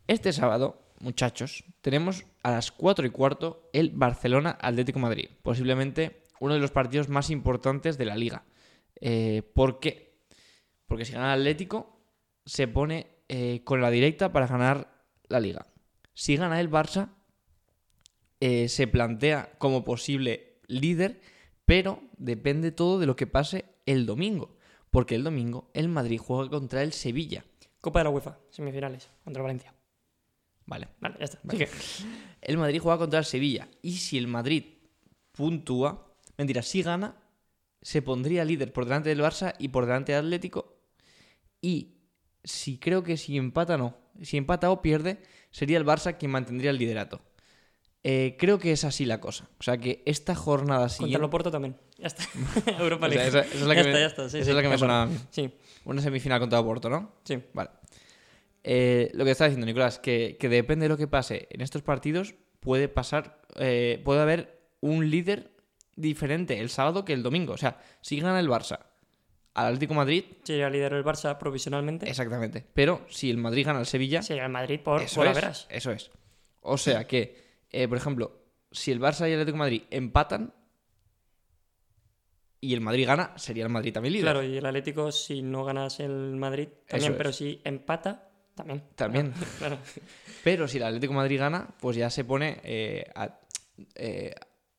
Speaker 2: Este sábado, muchachos, tenemos a las 4 y cuarto el Barcelona Atlético Madrid, posiblemente uno de los partidos más importantes de la liga. Eh, ¿Por qué? Porque si gana el Atlético, se pone eh, con la directa para ganar la liga. Si gana el Barça, eh, se plantea como posible líder, pero depende todo de lo que pase el domingo. Porque el domingo el Madrid juega contra el Sevilla.
Speaker 1: Copa de la UEFA, semifinales, contra el Valencia.
Speaker 2: Vale.
Speaker 1: Vale, ya está.
Speaker 2: Vale.
Speaker 1: Sigue.
Speaker 2: El Madrid juega contra el Sevilla. Y si el Madrid puntúa, mentira, si gana, se pondría líder por delante del Barça y por delante del Atlético. Y si creo que si empata, no. Si empata o pierde, sería el Barça quien mantendría el liderato. Eh, creo que es así la cosa. O sea que esta jornada
Speaker 1: Contra el
Speaker 2: siguiente.
Speaker 1: Oporto también. Ya está. Europa
Speaker 2: O sea,
Speaker 1: League.
Speaker 2: esa, esa es
Speaker 1: ya
Speaker 2: la que
Speaker 1: está,
Speaker 2: me,
Speaker 1: ya está. Sí,
Speaker 2: esa
Speaker 1: sí,
Speaker 2: es la que
Speaker 1: de
Speaker 2: me
Speaker 1: acuerdo.
Speaker 2: sonaba a mí.
Speaker 1: Sí,
Speaker 2: Una semifinal contra Oporto, ¿no?
Speaker 1: sí.
Speaker 2: Vale. Eh, lo que está diciendo Nicolás, que, que depende de lo que pase en estos partidos, puede pasar, eh, puede haber un líder diferente el sábado que el domingo. O sea, si gana el Barça al Atlético de Madrid,
Speaker 1: Sería líder el Barça provisionalmente.
Speaker 2: exactamente. Pero si el Madrid gana al Sevilla,
Speaker 1: Sería el Madrid por,
Speaker 2: eso,
Speaker 1: por
Speaker 2: es,
Speaker 1: Averas.
Speaker 2: eso es. O sea que, eh, por ejemplo, si el Barça y el Atlético de Madrid empatan y el Madrid gana, sería el Madrid también líder.
Speaker 1: Claro, y el Atlético, si no ganas el Madrid, también,
Speaker 2: Eso
Speaker 1: pero
Speaker 2: es.
Speaker 1: si empata, también.
Speaker 2: También.
Speaker 1: Claro.
Speaker 2: Pero si el Atlético de Madrid gana, pues ya se pone. eh, a- eh,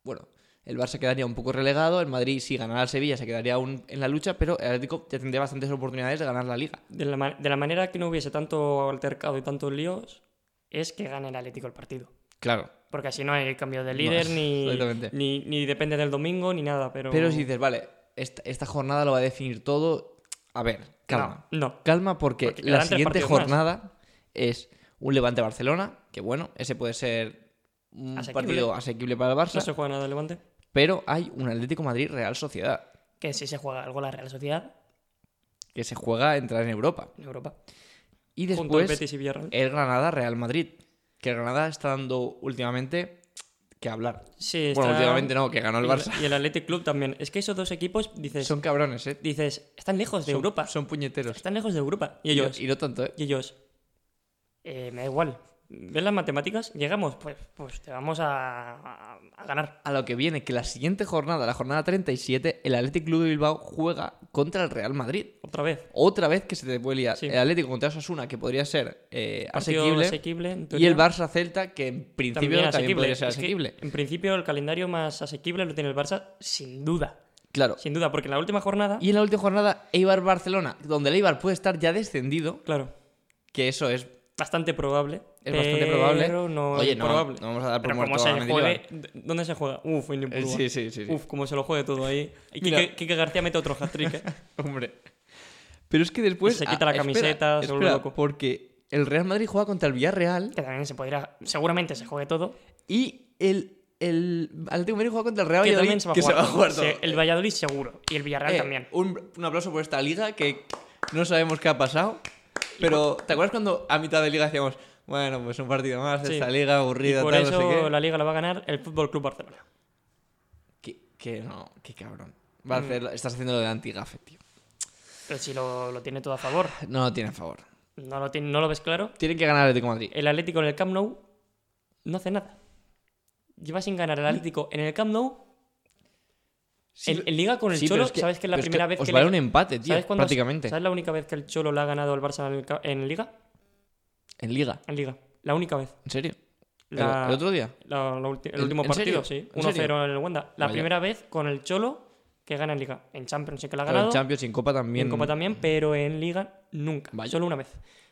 Speaker 2: bueno, el Barça quedaría un poco relegado. El Madrid, si ganara al Sevilla, se quedaría aún en la lucha. Pero el Atlético ya tendría bastantes oportunidades de ganar la liga.
Speaker 1: De la, ma- de la manera que no hubiese tanto altercado y tantos líos, es que gane el Atlético el partido.
Speaker 2: Claro.
Speaker 1: Porque así no hay cambio de líder,
Speaker 2: No,
Speaker 1: ni,
Speaker 2: exactamente.
Speaker 1: ni, ni depende del domingo, ni nada. Pero,
Speaker 2: Pero si dices, vale, esta, esta jornada lo va a definir todo. A ver, calma.
Speaker 1: No, no.
Speaker 2: Calma porque,
Speaker 1: Porque quedarán
Speaker 2: la
Speaker 1: tres
Speaker 2: siguiente
Speaker 1: partidos más.
Speaker 2: jornada es un Levante Barcelona. Que bueno, ese puede ser un
Speaker 1: Asequible.
Speaker 2: partido asequible para el Barça.
Speaker 1: No se juega nada el Levante.
Speaker 2: Pero hay un Atlético Madrid Real Sociedad.
Speaker 1: Que si se juega algo la Real Sociedad
Speaker 2: Que se juega a entrar en Europa.
Speaker 1: en Europa.
Speaker 2: Y
Speaker 1: junto al
Speaker 2: después eh,
Speaker 1: Betis y Villarreal.
Speaker 2: el Granada Real Madrid. Que el Granada está dando últimamente que hablar.
Speaker 1: Sí,
Speaker 2: Bueno,
Speaker 1: está-
Speaker 2: últimamente no, que ganó el
Speaker 1: y
Speaker 2: Barça.
Speaker 1: Y el Athletic Club también. Es que esos dos equipos, dices,
Speaker 2: Son cabrones, ¿eh?
Speaker 1: dices están lejos de
Speaker 2: Son-
Speaker 1: Europa.
Speaker 2: Son puñeteros.
Speaker 1: Están lejos de Europa. Y
Speaker 2: Y,
Speaker 1: ellos,
Speaker 2: y no tanto, ¿eh?
Speaker 1: y ellos, eh, me da igual. ¿Ves las matemáticas? Llegamos, pues, pues te vamos a, a- a ganar.
Speaker 2: A lo que viene, que la siguiente jornada, la jornada 37, el Athletic Club de Bilbao juega contra el Real Madrid.
Speaker 1: Otra vez.
Speaker 2: Otra vez que se te puede liar.
Speaker 1: Sí.
Speaker 2: El Atlético contra Osasuna, que podría ser eh,
Speaker 1: Partido
Speaker 2: asequible.
Speaker 1: asequible, en
Speaker 2: Y
Speaker 1: teoría.
Speaker 2: el Barça Celta, que en principio también, podría ser
Speaker 1: Es que,
Speaker 2: asequible.
Speaker 1: en principio, el calendario más asequible lo tiene el Barça, sin duda.
Speaker 2: Claro.
Speaker 1: Sin duda, porque en la última jornada.
Speaker 2: Y en la última jornada, Eibar-Barcelona, donde el Eibar puede estar ya descendido,
Speaker 1: Claro,
Speaker 2: que eso es
Speaker 1: bastante probable.
Speaker 2: Es bastante probable.
Speaker 1: Pero no
Speaker 2: Oye,
Speaker 1: es
Speaker 2: no,
Speaker 1: probable.
Speaker 2: no vamos a dar por
Speaker 1: Pero
Speaker 2: muerto
Speaker 1: como
Speaker 2: a
Speaker 1: se
Speaker 2: Mendy
Speaker 1: juegue, ¿Dónde se juega? Uf, en
Speaker 2: Eh,
Speaker 1: Liverpool.
Speaker 2: Sí, sí, sí. sí.
Speaker 1: Uf, como se lo juegue todo ahí. Y
Speaker 2: Mira.
Speaker 1: Kike, Kike García mete otro hat-trick. ¿eh?
Speaker 2: Hombre. Pero es que después. ah,
Speaker 1: Se quita la
Speaker 2: espera,
Speaker 1: camiseta, se vuelve
Speaker 2: espera,
Speaker 1: loco.
Speaker 2: Porque el Real Madrid juega contra el Villarreal
Speaker 1: que también se podría. Seguramente se juegue todo.
Speaker 2: y el. El Atlético de Madrid juega contra el Real
Speaker 1: Que también
Speaker 2: Valladolid.
Speaker 1: se va a
Speaker 2: que
Speaker 1: jugar.
Speaker 2: se va a jugar
Speaker 1: Sí,
Speaker 2: todo.
Speaker 1: el Valladolid seguro. Y el Villarreal
Speaker 2: Eh,
Speaker 1: también.
Speaker 2: Un, un aplauso por esta liga que no sabemos qué ha pasado. Pero, ¿te acuerdas cuando a mitad de liga decíamos, bueno, pues un partido más,
Speaker 1: Sí.
Speaker 2: esta liga
Speaker 1: Y
Speaker 2: aburrida,
Speaker 1: por
Speaker 2: tal,
Speaker 1: eso
Speaker 2: no sé qué?
Speaker 1: la liga la va a ganar el Fútbol Club Barcelona.
Speaker 2: Que, que no, qué cabrón. Va a hacer-
Speaker 1: Mm.
Speaker 2: estás haciendo lo de antigafe, tío.
Speaker 1: Pero si lo, lo tiene todo a favor.
Speaker 2: No lo tiene a favor.
Speaker 1: No lo, tiene- no lo ves claro.
Speaker 2: Tienen que ganar el Atlético de Madrid.
Speaker 1: El Atlético en el Camp Nou no hace nada. Lleva sin ganar el Atlético en el Camp Nou.
Speaker 2: Sí,
Speaker 1: en, en Liga con el
Speaker 2: sí, pero
Speaker 1: Cholo,
Speaker 2: es que-
Speaker 1: sabes que es la
Speaker 2: pero es
Speaker 1: primera vez
Speaker 2: os
Speaker 1: que.
Speaker 2: vale
Speaker 1: le-
Speaker 2: un empate, tío,
Speaker 1: ¿sabes cuándo-
Speaker 2: prácticamente.
Speaker 1: ¿Sabes la única vez que el Cholo le ha ganado al Barça en, el ca- en Liga?
Speaker 2: En liga,
Speaker 1: En Liga. La única vez.
Speaker 2: en serio. El-
Speaker 1: La-
Speaker 2: El, otro día.
Speaker 1: la- la ulti- el,
Speaker 2: ¿En-
Speaker 1: último
Speaker 2: en
Speaker 1: partido,
Speaker 2: serio?
Speaker 1: sí.
Speaker 2: ¿En serio?
Speaker 1: 1-0 en el Wanda. La
Speaker 2: Vaya.
Speaker 1: primera vez con el Cholo que gana en Liga. En Champions sí que la ha
Speaker 2: Claro,
Speaker 1: ganado.
Speaker 2: en Champions y en Copa
Speaker 1: y
Speaker 2: también.
Speaker 1: en Copa también, pero en Liga nunca.
Speaker 2: Vaya.
Speaker 1: Solo una vez.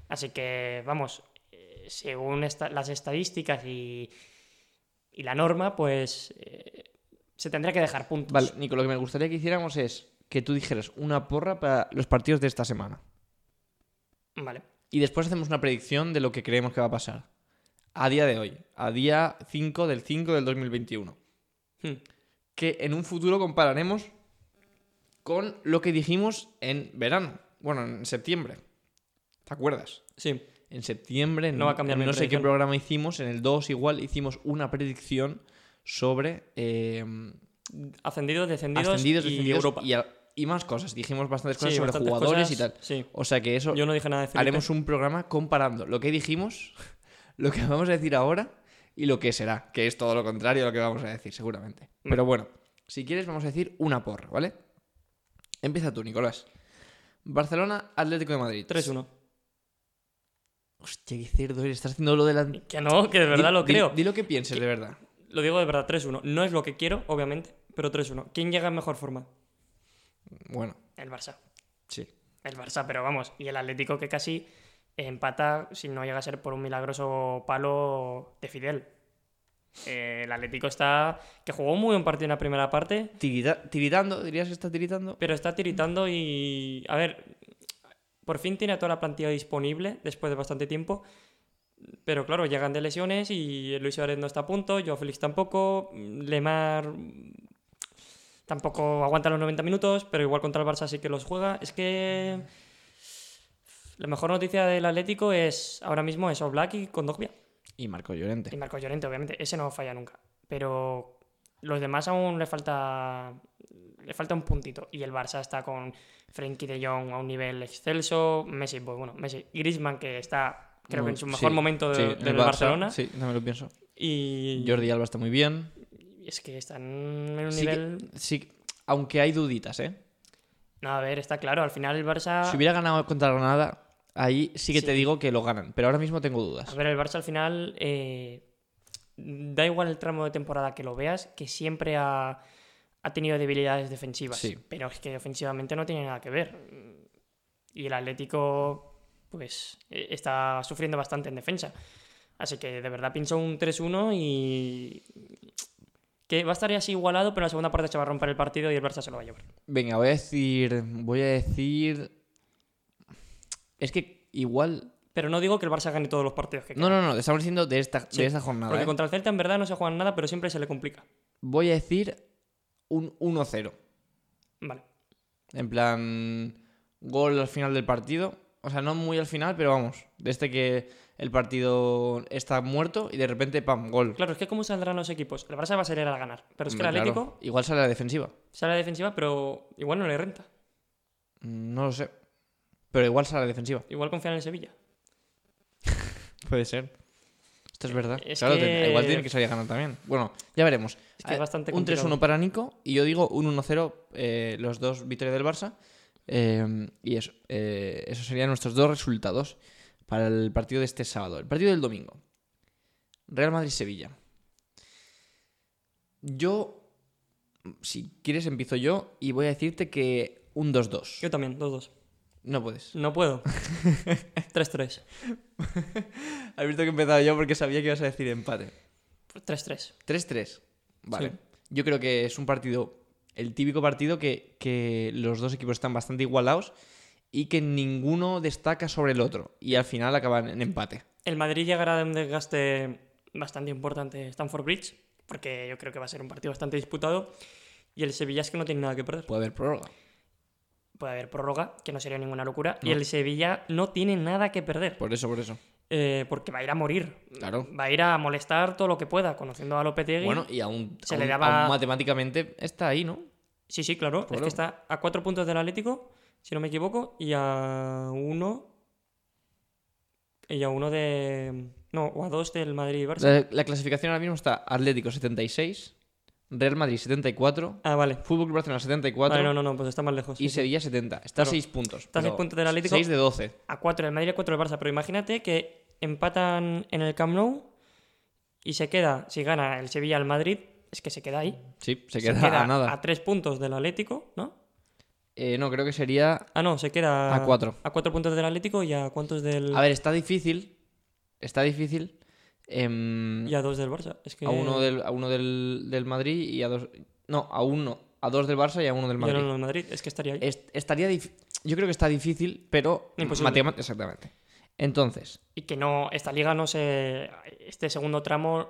Speaker 1: Así que, vamos, eh, según esta- las estadísticas y, y la norma, pues eh, se tendría que dejar puntos.
Speaker 2: Vale, Nico, lo que me gustaría que hiciéramos es que tú dijeras una porra para los partidos de esta semana.
Speaker 1: Vale.
Speaker 2: Y después hacemos una predicción de lo que creemos que va a pasar. A día de hoy. A día 5 del 5 del 2021.
Speaker 1: Hmm.
Speaker 2: Que en un futuro compararemos con lo que dijimos en verano. Bueno, en septiembre. ¿Te acuerdas?
Speaker 1: Sí.
Speaker 2: en septiembre,
Speaker 1: No va a cambiar mi
Speaker 2: no sé qué
Speaker 1: predicción.
Speaker 2: programa hicimos, en el 2 igual hicimos una predicción sobre eh,
Speaker 1: Ascendidos, descendidos,
Speaker 2: ascendidos,
Speaker 1: y
Speaker 2: descendidos
Speaker 1: Europa.
Speaker 2: y, a- y más cosas. Dijimos bastantes cosas
Speaker 1: Sí,
Speaker 2: sobre
Speaker 1: bastantes
Speaker 2: jugadores y
Speaker 1: cosas,
Speaker 2: tal.
Speaker 1: Sí.
Speaker 2: O sea que eso
Speaker 1: Yo no dije nada de Felipe.
Speaker 2: haremos un programa comparando lo que dijimos, lo que vamos a decir ahora y lo que será, que es todo lo contrario a lo que vamos a decir seguramente.
Speaker 1: Mm.
Speaker 2: Pero bueno, si quieres vamos a decir una porra, ¿vale? Empieza tú, Nicolás. Barcelona, Atlético de Madrid.
Speaker 1: 3-1.
Speaker 2: Hostia, qué cerdo eres. Estás haciendo lo de la...
Speaker 1: Que no, que de verdad
Speaker 2: Di-
Speaker 1: lo
Speaker 2: di-
Speaker 1: creo.
Speaker 2: Di, lo que pienses, de verdad.
Speaker 1: Lo digo de verdad, 3-1. No es lo que quiero, obviamente, pero 3-1. ¿Quién llega en mejor forma?
Speaker 2: Bueno,
Speaker 1: El Barça.
Speaker 2: sí.
Speaker 1: El Barça, pero vamos. Y el Atlético que casi empata si no llega a ser por un milagroso palo de Fidel. Eh, el Atlético está. que jugó muy buen partido en la primera parte,
Speaker 2: Tirita- tiritando, dirías que está tiritando.
Speaker 1: pero está tiritando y. A ver, por fin tiene a toda la plantilla disponible después de bastante tiempo. Pero claro, llegan de lesiones y Luis Suárez no está a punto, Joao Félix tampoco, Lemar mm, tampoco aguanta los 90 minutos, pero igual contra el Barça sí que los juega. Es que la mejor noticia del Atlético es ahora mismo es Oblak y Kondogbia.
Speaker 2: Y Marco Llorente.
Speaker 1: Y Marco Llorente, obviamente, ese no falla nunca. Pero los demás aún le falta le falta un puntito. Y el Barça está con Frenkie de Jong a un nivel excelso. Messi, pues bueno, Messi. Griezmann, que está, creo que en su
Speaker 2: Sí,
Speaker 1: mejor momento de-
Speaker 2: sí,
Speaker 1: del
Speaker 2: el Barça,
Speaker 1: Barcelona.
Speaker 2: Sí, no me lo pienso.
Speaker 1: Y
Speaker 2: Jordi Alba está muy bien.
Speaker 1: es que están en un
Speaker 2: Sí que-
Speaker 1: nivel...
Speaker 2: Sí, aunque hay duditas, ¿eh?
Speaker 1: No, a ver, está claro. Al final el Barça...
Speaker 2: Si hubiera ganado contra Granada, ahí sí que
Speaker 1: Sí.
Speaker 2: te digo que lo ganan. Pero ahora mismo tengo dudas.
Speaker 1: A ver, el Barça al final, eh, da igual el tramo de temporada que lo veas, que siempre ha, ha tenido debilidades defensivas.
Speaker 2: Sí.
Speaker 1: Pero es que ofensivamente no tiene nada que ver. Y el Atlético, pues, eh, está sufriendo bastante en defensa. Así que de verdad pincho un 3-1 y. Que va a estar ya así igualado, pero en la segunda parte se va a romper el partido y el Barça se lo va a llevar.
Speaker 2: Venga, voy a decir. Voy a decir. Es que igual.
Speaker 1: Pero no digo que el Barça gane todos los partidos que
Speaker 2: No,
Speaker 1: quedan,
Speaker 2: no, no, estamos diciendo de esta,
Speaker 1: Sí,
Speaker 2: de esta jornada.
Speaker 1: Porque
Speaker 2: ¿eh?
Speaker 1: contra el Celta en verdad no se juega nada, pero siempre se le complica.
Speaker 2: Voy a decir un 1-0.
Speaker 1: Vale.
Speaker 2: En plan, gol al final del partido. O sea, no muy al final, pero vamos. Desde que el partido está muerto y de repente, pam, gol.
Speaker 1: Claro, es que cómo saldrán los equipos. El Barça va a salir a ganar. Pero es que el
Speaker 2: Hombre,
Speaker 1: Atlético
Speaker 2: claro. Igual sale a la defensiva.
Speaker 1: sale a la defensiva, pero igual no le renta.
Speaker 2: Mm, No lo sé. Pero igual sale a la defensiva.
Speaker 1: Igual confían en el Sevilla.
Speaker 2: Puede ser. Esto es verdad.
Speaker 1: es
Speaker 2: claro, ten-
Speaker 1: que-
Speaker 2: igual tienen que salir a ganar también. Bueno, ya veremos.
Speaker 1: Es que es
Speaker 2: Ah,
Speaker 1: bastante
Speaker 2: un 3-1 para Nico y yo digo un 1-0 eh, los dos victorias del Barça. Eh, y eso, eh, esos serían nuestros dos resultados para el partido de este sábado. El partido del domingo. Real Madrid-Sevilla. Yo, si quieres, empiezo yo y voy a decirte que un 2-2.
Speaker 1: Yo también, 2-2.
Speaker 2: No puedes.
Speaker 1: No puedo. 3-3.
Speaker 2: Has visto que he empezado yo porque sabía que ibas a decir empate.
Speaker 1: 3-3.
Speaker 2: 3-3. Vale.
Speaker 1: Sí.
Speaker 2: Yo creo que es un partido, el típico partido que, que los dos equipos están bastante igualados y que ninguno destaca sobre el otro. Y al final acaban en empate.
Speaker 1: El Madrid llegará de un desgaste bastante importante Stanford Bridge, porque yo creo que va a ser un partido bastante disputado. Y el Sevilla es que no tiene nada que perder.
Speaker 2: Puede haber prórroga.
Speaker 1: Puede haber prórroga, que no sería ninguna locura. Y
Speaker 2: No.
Speaker 1: el Sevilla no tiene nada que perder.
Speaker 2: Por eso, por eso.
Speaker 1: eh, porque va a ir a morir.
Speaker 2: Claro.
Speaker 1: Va a ir a molestar todo lo que pueda, conociendo a Lopetegui.
Speaker 2: Bueno, y aún,
Speaker 1: Se le
Speaker 2: aún-
Speaker 1: daba-
Speaker 2: aún matemáticamente está ahí, ¿no?
Speaker 1: Sí, sí, claro. Es
Speaker 2: Claro.
Speaker 1: que está a cuatro puntos del Atlético, si no me equivoco, y a uno. Y a uno de. No, o a dos del Madrid y Barça.
Speaker 2: La, la clasificación ahora mismo está Atlético 76, Real Madrid 74,
Speaker 1: Ah, vale.
Speaker 2: Fútbol Club Barcelona 74
Speaker 1: Vale, no, no, no, pues está más lejos.
Speaker 2: y
Speaker 1: Sí, sí.
Speaker 2: Sevilla 70. Está a
Speaker 1: Claro.
Speaker 2: 6 puntos.
Speaker 1: Está a seis puntos del Atlético.
Speaker 2: 6 de 12.
Speaker 1: A cuatro del Madrid y a cuatro del Barça. Pero imagínate que empatan en el Camp Nou y se queda, si gana el Sevilla al Madrid, es que se queda ahí.
Speaker 2: Sí, se queda,
Speaker 1: se queda
Speaker 2: a nada.
Speaker 1: A tres puntos del Atlético, ¿no?
Speaker 2: Eh, no, creo que sería
Speaker 1: Ah, no, se queda.
Speaker 2: A cuatro.
Speaker 1: A cuatro puntos del Atlético y a cuántos del.
Speaker 2: A ver, está difícil. Está difícil. em,
Speaker 1: Y a dos del Barça. Es que...
Speaker 2: a uno, del, a uno del, del Madrid y a dos. No, a uno. A dos del Barça y a uno del
Speaker 1: y a
Speaker 2: Madrid.
Speaker 1: uno del Madrid. Es que estaría ahí.
Speaker 2: Est- estaría dif- Yo creo que está difícil, pero.
Speaker 1: Imposible.
Speaker 2: matemat- Exactamente. Entonces,
Speaker 1: y que no esta liga no se este segundo tramo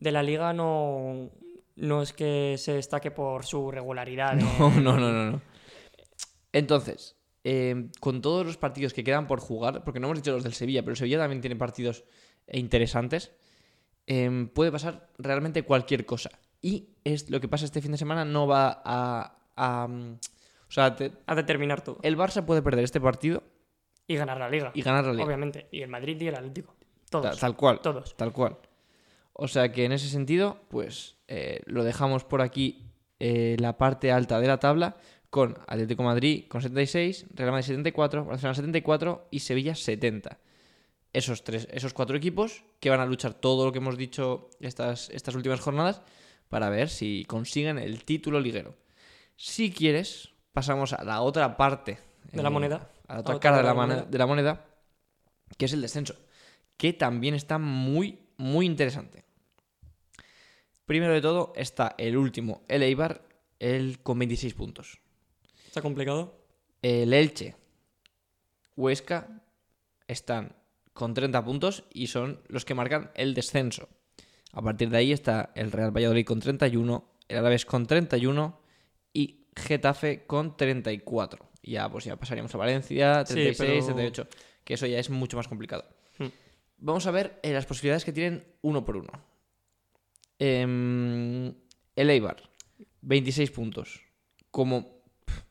Speaker 1: de la liga no no es que se destaque por su regularidad eh.
Speaker 2: No, no, no, no. no. Entonces, eh, con todos los partidos que quedan por jugar, porque no hemos dicho los del Sevilla, pero el Sevilla también tiene partidos eh, interesantes, eh, puede pasar realmente cualquier cosa. Y es lo que pasa este fin de semana no va a... a, mm, o sea, te-
Speaker 1: a determinar todo
Speaker 2: el Barça puede perder este partido
Speaker 1: y ganar la liga,
Speaker 2: y ganar la liga.
Speaker 1: obviamente y el Madrid y el Atlético
Speaker 2: Ta-
Speaker 1: todos
Speaker 2: Tal cual.
Speaker 1: todos
Speaker 2: Tal cual. O sea que en ese sentido, pues eh, lo dejamos por aquí eh, la parte alta de la tabla con Atlético Madrid con 76, Real Madrid 74, Barcelona 74 y Sevilla 70. Esos, tres, esos cuatro equipos que van a luchar todo lo que hemos dicho estas, estas últimas jornadas para ver si consiguen el título liguero. Si quieres, pasamos a la otra parte. Eh,
Speaker 1: De la moneda.
Speaker 2: A la
Speaker 1: A
Speaker 2: otra
Speaker 1: otra
Speaker 2: cara
Speaker 1: cara
Speaker 2: de la,
Speaker 1: de la
Speaker 2: mone-
Speaker 1: moneda.
Speaker 2: de la moneda, que es el descenso, que también está muy, muy interesante. Primero de todo está el último, el Eibar, el con 26 puntos.
Speaker 1: ¿Está complicado?
Speaker 2: El Elche, Huesca, están con 30 puntos y son los que marcan el descenso. A partir de ahí está el Real Valladolid con 31, el Alavés con 31 y Getafe con 34. Ya pues ya pasaríamos a Valencia,
Speaker 1: Sí,
Speaker 2: 36,
Speaker 1: pero-
Speaker 2: 38, que eso ya es mucho más complicado.
Speaker 1: Hmm.
Speaker 2: Vamos a ver eh, las posibilidades que tienen uno por uno. Em, el Eibar, 26 puntos. Como pf,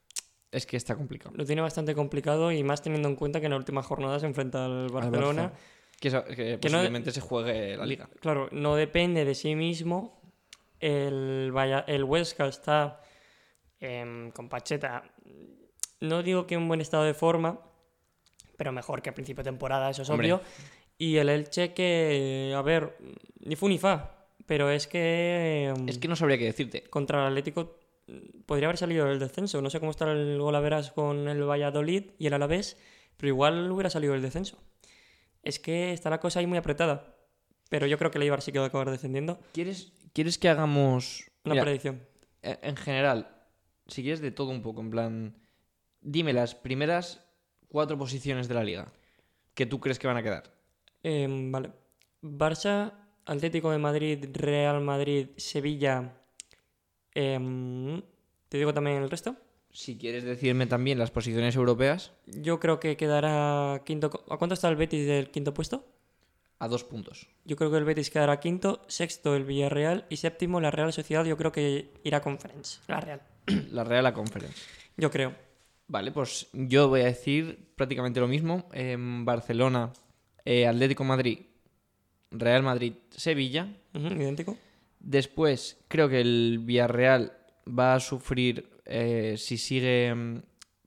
Speaker 2: es que está complicado.
Speaker 1: Lo tiene bastante complicado y más teniendo en cuenta que en la última jornada se enfrenta al Barcelona.
Speaker 2: Barça. Que, eso- que
Speaker 1: Que no-
Speaker 2: posiblemente se juegue la liga.
Speaker 1: Claro, no depende de sí mismo. El, Valla- el Huesca está em, con Pacheta. No digo que en buen estado de forma, pero mejor que a principio de temporada, eso es
Speaker 2: Hombre.
Speaker 1: obvio. Y el Elche que, a ver, ni fu ni fa, pero es que, em,
Speaker 2: Es que no sabría qué decirte.
Speaker 1: contra el Atlético mm, podría haber salido el descenso. No sé cómo está el Golaveras con el Valladolid y el Alavés, pero igual hubiera salido el descenso. Es que está la cosa ahí muy apretada. Pero yo creo que el Eibar sí que va a acabar descendiendo.
Speaker 2: ¿Quieres, quieres que hagamos.
Speaker 1: Una
Speaker 2: Mira,
Speaker 1: predicción.
Speaker 2: en en general, si quieres de todo un poco, en plan. Dime las primeras cuatro posiciones de la liga que tú crees que van a quedar.
Speaker 1: Em, vale. Barça, Atlético de Madrid, Real Madrid, Sevilla. Em, ¿Te digo también el resto?
Speaker 2: Si quieres decirme también las posiciones europeas,
Speaker 1: Yo creo que quedará quinto. co- ¿A cuánto está el Betis del quinto puesto?
Speaker 2: a dos puntos.
Speaker 1: Yo creo que el Betis quedará quinto, sexto el Villarreal y séptimo la Real Sociedad. Yo creo que irá a Conference. La Real.
Speaker 2: La Real Conference.
Speaker 1: Yo creo.
Speaker 2: Vale, pues yo voy a decir prácticamente lo mismo. Em, Barcelona, eh, Atlético Madrid, Real Madrid, Sevilla.
Speaker 1: Ujú, idéntico.
Speaker 2: Después, creo que el Villarreal va a sufrir eh, si sigue mm,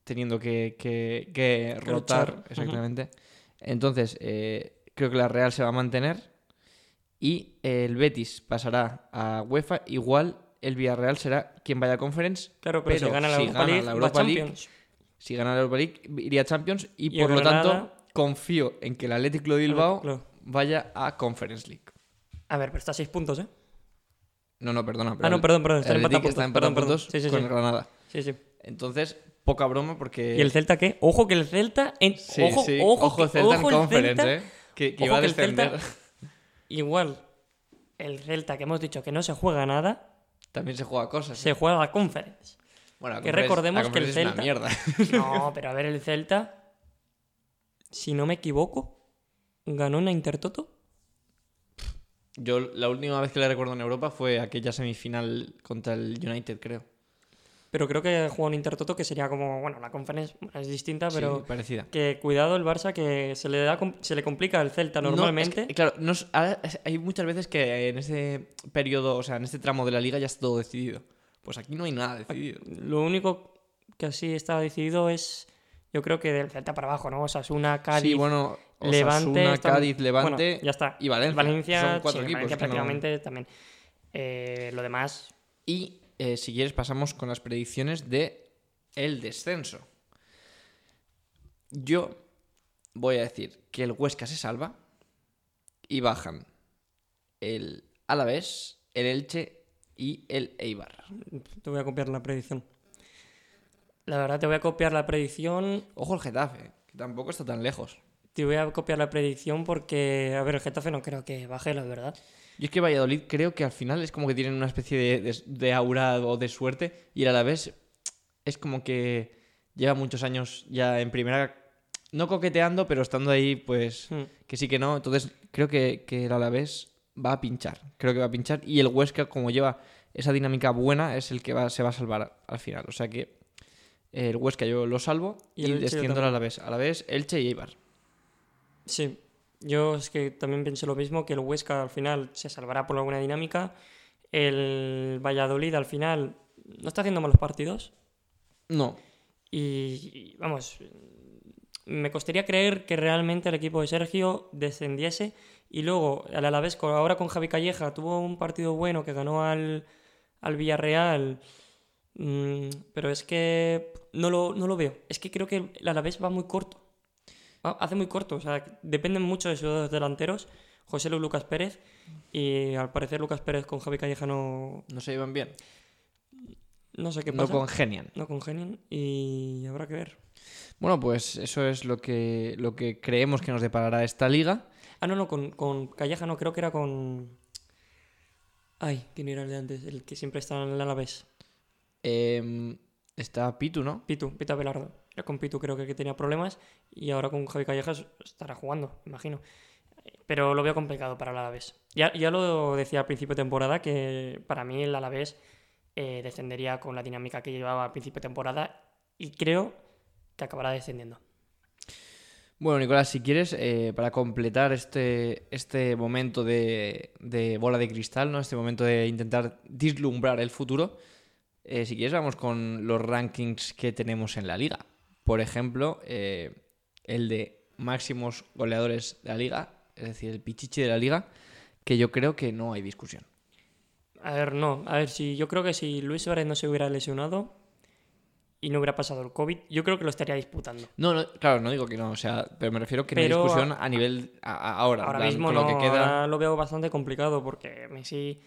Speaker 2: teniendo que, que- que rotar.
Speaker 1: luchar, ujú.
Speaker 2: Exactamente. Entonces, eh, creo que la Real se va a mantener. Y eh, el Betis pasará a UEFA. Igual el Villarreal será quien vaya a Conference.
Speaker 1: Claro, pero, si
Speaker 2: Pero
Speaker 1: gana la
Speaker 2: si
Speaker 1: Europa
Speaker 2: gana
Speaker 1: League, va
Speaker 2: la
Speaker 1: a
Speaker 2: Europa League,
Speaker 1: Champions.
Speaker 2: Si gana la Europa League, iría a Champions. Y,
Speaker 1: Y el
Speaker 2: por lo tanto,
Speaker 1: Granada-
Speaker 2: confío en que el Atlético de Bilbao
Speaker 1: Claro.
Speaker 2: vaya a Conference League.
Speaker 1: A ver, pero está a seis puntos, ¿eh?
Speaker 2: No, no, perdona. pero
Speaker 1: ah, no,
Speaker 2: el-
Speaker 1: perdón, perdón.
Speaker 2: el
Speaker 1: Está empatado a
Speaker 2: Atlético
Speaker 1: puntos.
Speaker 2: está empatado
Speaker 1: perdón,
Speaker 2: en
Speaker 1: perdón.
Speaker 2: puntos
Speaker 1: Sí, sí,
Speaker 2: con
Speaker 1: sí.
Speaker 2: el Granada.
Speaker 1: Sí, sí.
Speaker 2: Eh. Entonces, poca broma porque...
Speaker 1: ¿Y el Celta qué? Ojo que el Celta. En...
Speaker 2: Sí,
Speaker 1: ojo,
Speaker 2: sí.
Speaker 1: ojo, que-
Speaker 2: Celta en
Speaker 1: ojo, el
Speaker 2: Conference,
Speaker 1: Celta-
Speaker 2: ¿eh? Que, que
Speaker 1: ojo
Speaker 2: iba a
Speaker 1: que el Celta-
Speaker 2: descender.
Speaker 1: Igual, el Celta que hemos dicho que no se juega nada,
Speaker 2: También se juega cosas. ¿eh?
Speaker 1: se juega la Conference.
Speaker 2: Bueno, la
Speaker 1: que
Speaker 2: Conference-
Speaker 1: recordemos
Speaker 2: la
Speaker 1: que el
Speaker 2: Conference es
Speaker 1: Celta-
Speaker 2: una mierda.
Speaker 1: No, pero a ver, el Celta, si no me equivoco, ganó una Intertoto.
Speaker 2: Yo la última vez que le recuerdo en Europa fue aquella semifinal contra el United, creo.
Speaker 1: Pero creo que jugó un Intertoto que sería como, bueno, la conferencia es distinta,
Speaker 2: Sí,
Speaker 1: Ah, pero
Speaker 2: parecida.
Speaker 1: que cuidado el Barça que se le da com- se le complica al Celta
Speaker 2: No, es
Speaker 1: normalmente.
Speaker 2: que, claro, no es- ahora es- hay muchas veces que en este periodo, o sea, en este tramo de la liga ya está todo decidido. Pues aquí no hay nada decidido.
Speaker 1: Lo único que así está decidido es yo creo que del Celta para abajo, ¿no? Osasuna, Cádiz,
Speaker 2: sí, bueno,
Speaker 1: Levante,
Speaker 2: Osasuna,
Speaker 1: están-
Speaker 2: Cádiz,
Speaker 1: bueno,
Speaker 2: Levante
Speaker 1: ya está.
Speaker 2: y Valencia.
Speaker 1: Valencia,
Speaker 2: Son cuatro
Speaker 1: sí,
Speaker 2: equipos.
Speaker 1: Valencia
Speaker 2: que no-
Speaker 1: prácticamente también. Eh, lo demás,
Speaker 2: Y eh, si quieres pasamos con las predicciones de el descenso. Yo voy a decir que el Huesca se salva y bajan el Alavés, el Elche y el Eibar.
Speaker 1: te voy a copiar la predicción. La verdad, te voy a copiar la predicción.
Speaker 2: Ojo el Getafe, que tampoco está tan lejos.
Speaker 1: Te voy a copiar la predicción porque, a ver, el Getafe no creo que baje, la verdad.
Speaker 2: Yo es que Valladolid creo que al final es como que tienen una especie de, de- de aura o de suerte y el Alavés es como que lleva muchos años ya en primera, no coqueteando, pero estando ahí pues
Speaker 1: Hmm.
Speaker 2: que sí que no. Entonces, creo que, que el Alavés va a pinchar. Creo que va a pinchar. Y el Huesca, como lleva esa dinámica buena, es el que va, se va a salvar al final. O sea que eh, el Huesca yo lo salvo
Speaker 1: Y
Speaker 2: y,
Speaker 1: el Elche yo
Speaker 2: desciendo
Speaker 1: también.
Speaker 2: al Alavés. Alavés, Elche y Eibar.
Speaker 1: Sí, yo es que también pienso lo mismo, que el Huesca al final se salvará por alguna dinámica. El Valladolid al final no está haciendo malos partidos.
Speaker 2: No.
Speaker 1: Y, y, vamos, mm, me costaría creer que realmente el equipo de Sergio descendiese. Y luego, al Alavés, con- ahora con Javi Calleja, tuvo un partido bueno que ganó al, al Villarreal. Mm, pero es que no lo, no lo veo. Es que creo que el Alavés va muy corto. Ah, Hace muy corto, o sea, dependen mucho de sus dos delanteros, José Lu Lucas Pérez, y al parecer Lucas Pérez con Javi Callejano
Speaker 2: No se llevan bien.
Speaker 1: no sé qué
Speaker 2: No
Speaker 1: pasa,
Speaker 2: congenian.
Speaker 1: no congenian, y habrá que ver.
Speaker 2: Bueno, pues eso es lo que, lo que creemos que nos deparará esta liga.
Speaker 1: Ah, no, no, con, con Callejano creo que era con... Ay, ¿quién era el de antes? El que siempre está en el Alavés.
Speaker 2: Em, está Pitu, ¿no?
Speaker 1: Pitu, Pita Velardo. Era con Pitu creo que, que tenía problemas y ahora con Javi Callejas estará jugando, imagino. Pero lo veo complicado para el Alavés. Ya, ya lo decía al principio de temporada que para mí el Alavés eh, descendería con la dinámica que llevaba al principio de temporada y creo que acabará descendiendo.
Speaker 2: Bueno, Nicolás, si quieres, eh, para completar este, este momento de, de bola de cristal, ¿no? Este momento de intentar dislumbrar el futuro, eh, si quieres vamos con los rankings que tenemos en la liga. Por ejemplo, eh, el de máximos goleadores de la liga, es decir, el pichichi de la liga, que yo creo que no hay discusión.
Speaker 1: A ver, no. A ver, si yo creo que si Luis Suárez no se hubiera lesionado y no hubiera pasado el COVID, yo creo que lo estaría disputando.
Speaker 2: No, no, claro, no digo que no, o sea, pero me refiero que no hay
Speaker 1: Pero a-
Speaker 2: discusión a, nivel a- a- ahora, en
Speaker 1: Ahora
Speaker 2: plan,
Speaker 1: mismo
Speaker 2: con
Speaker 1: no,
Speaker 2: lo que queda
Speaker 1: ahora lo veo bastante complicado porque Messi...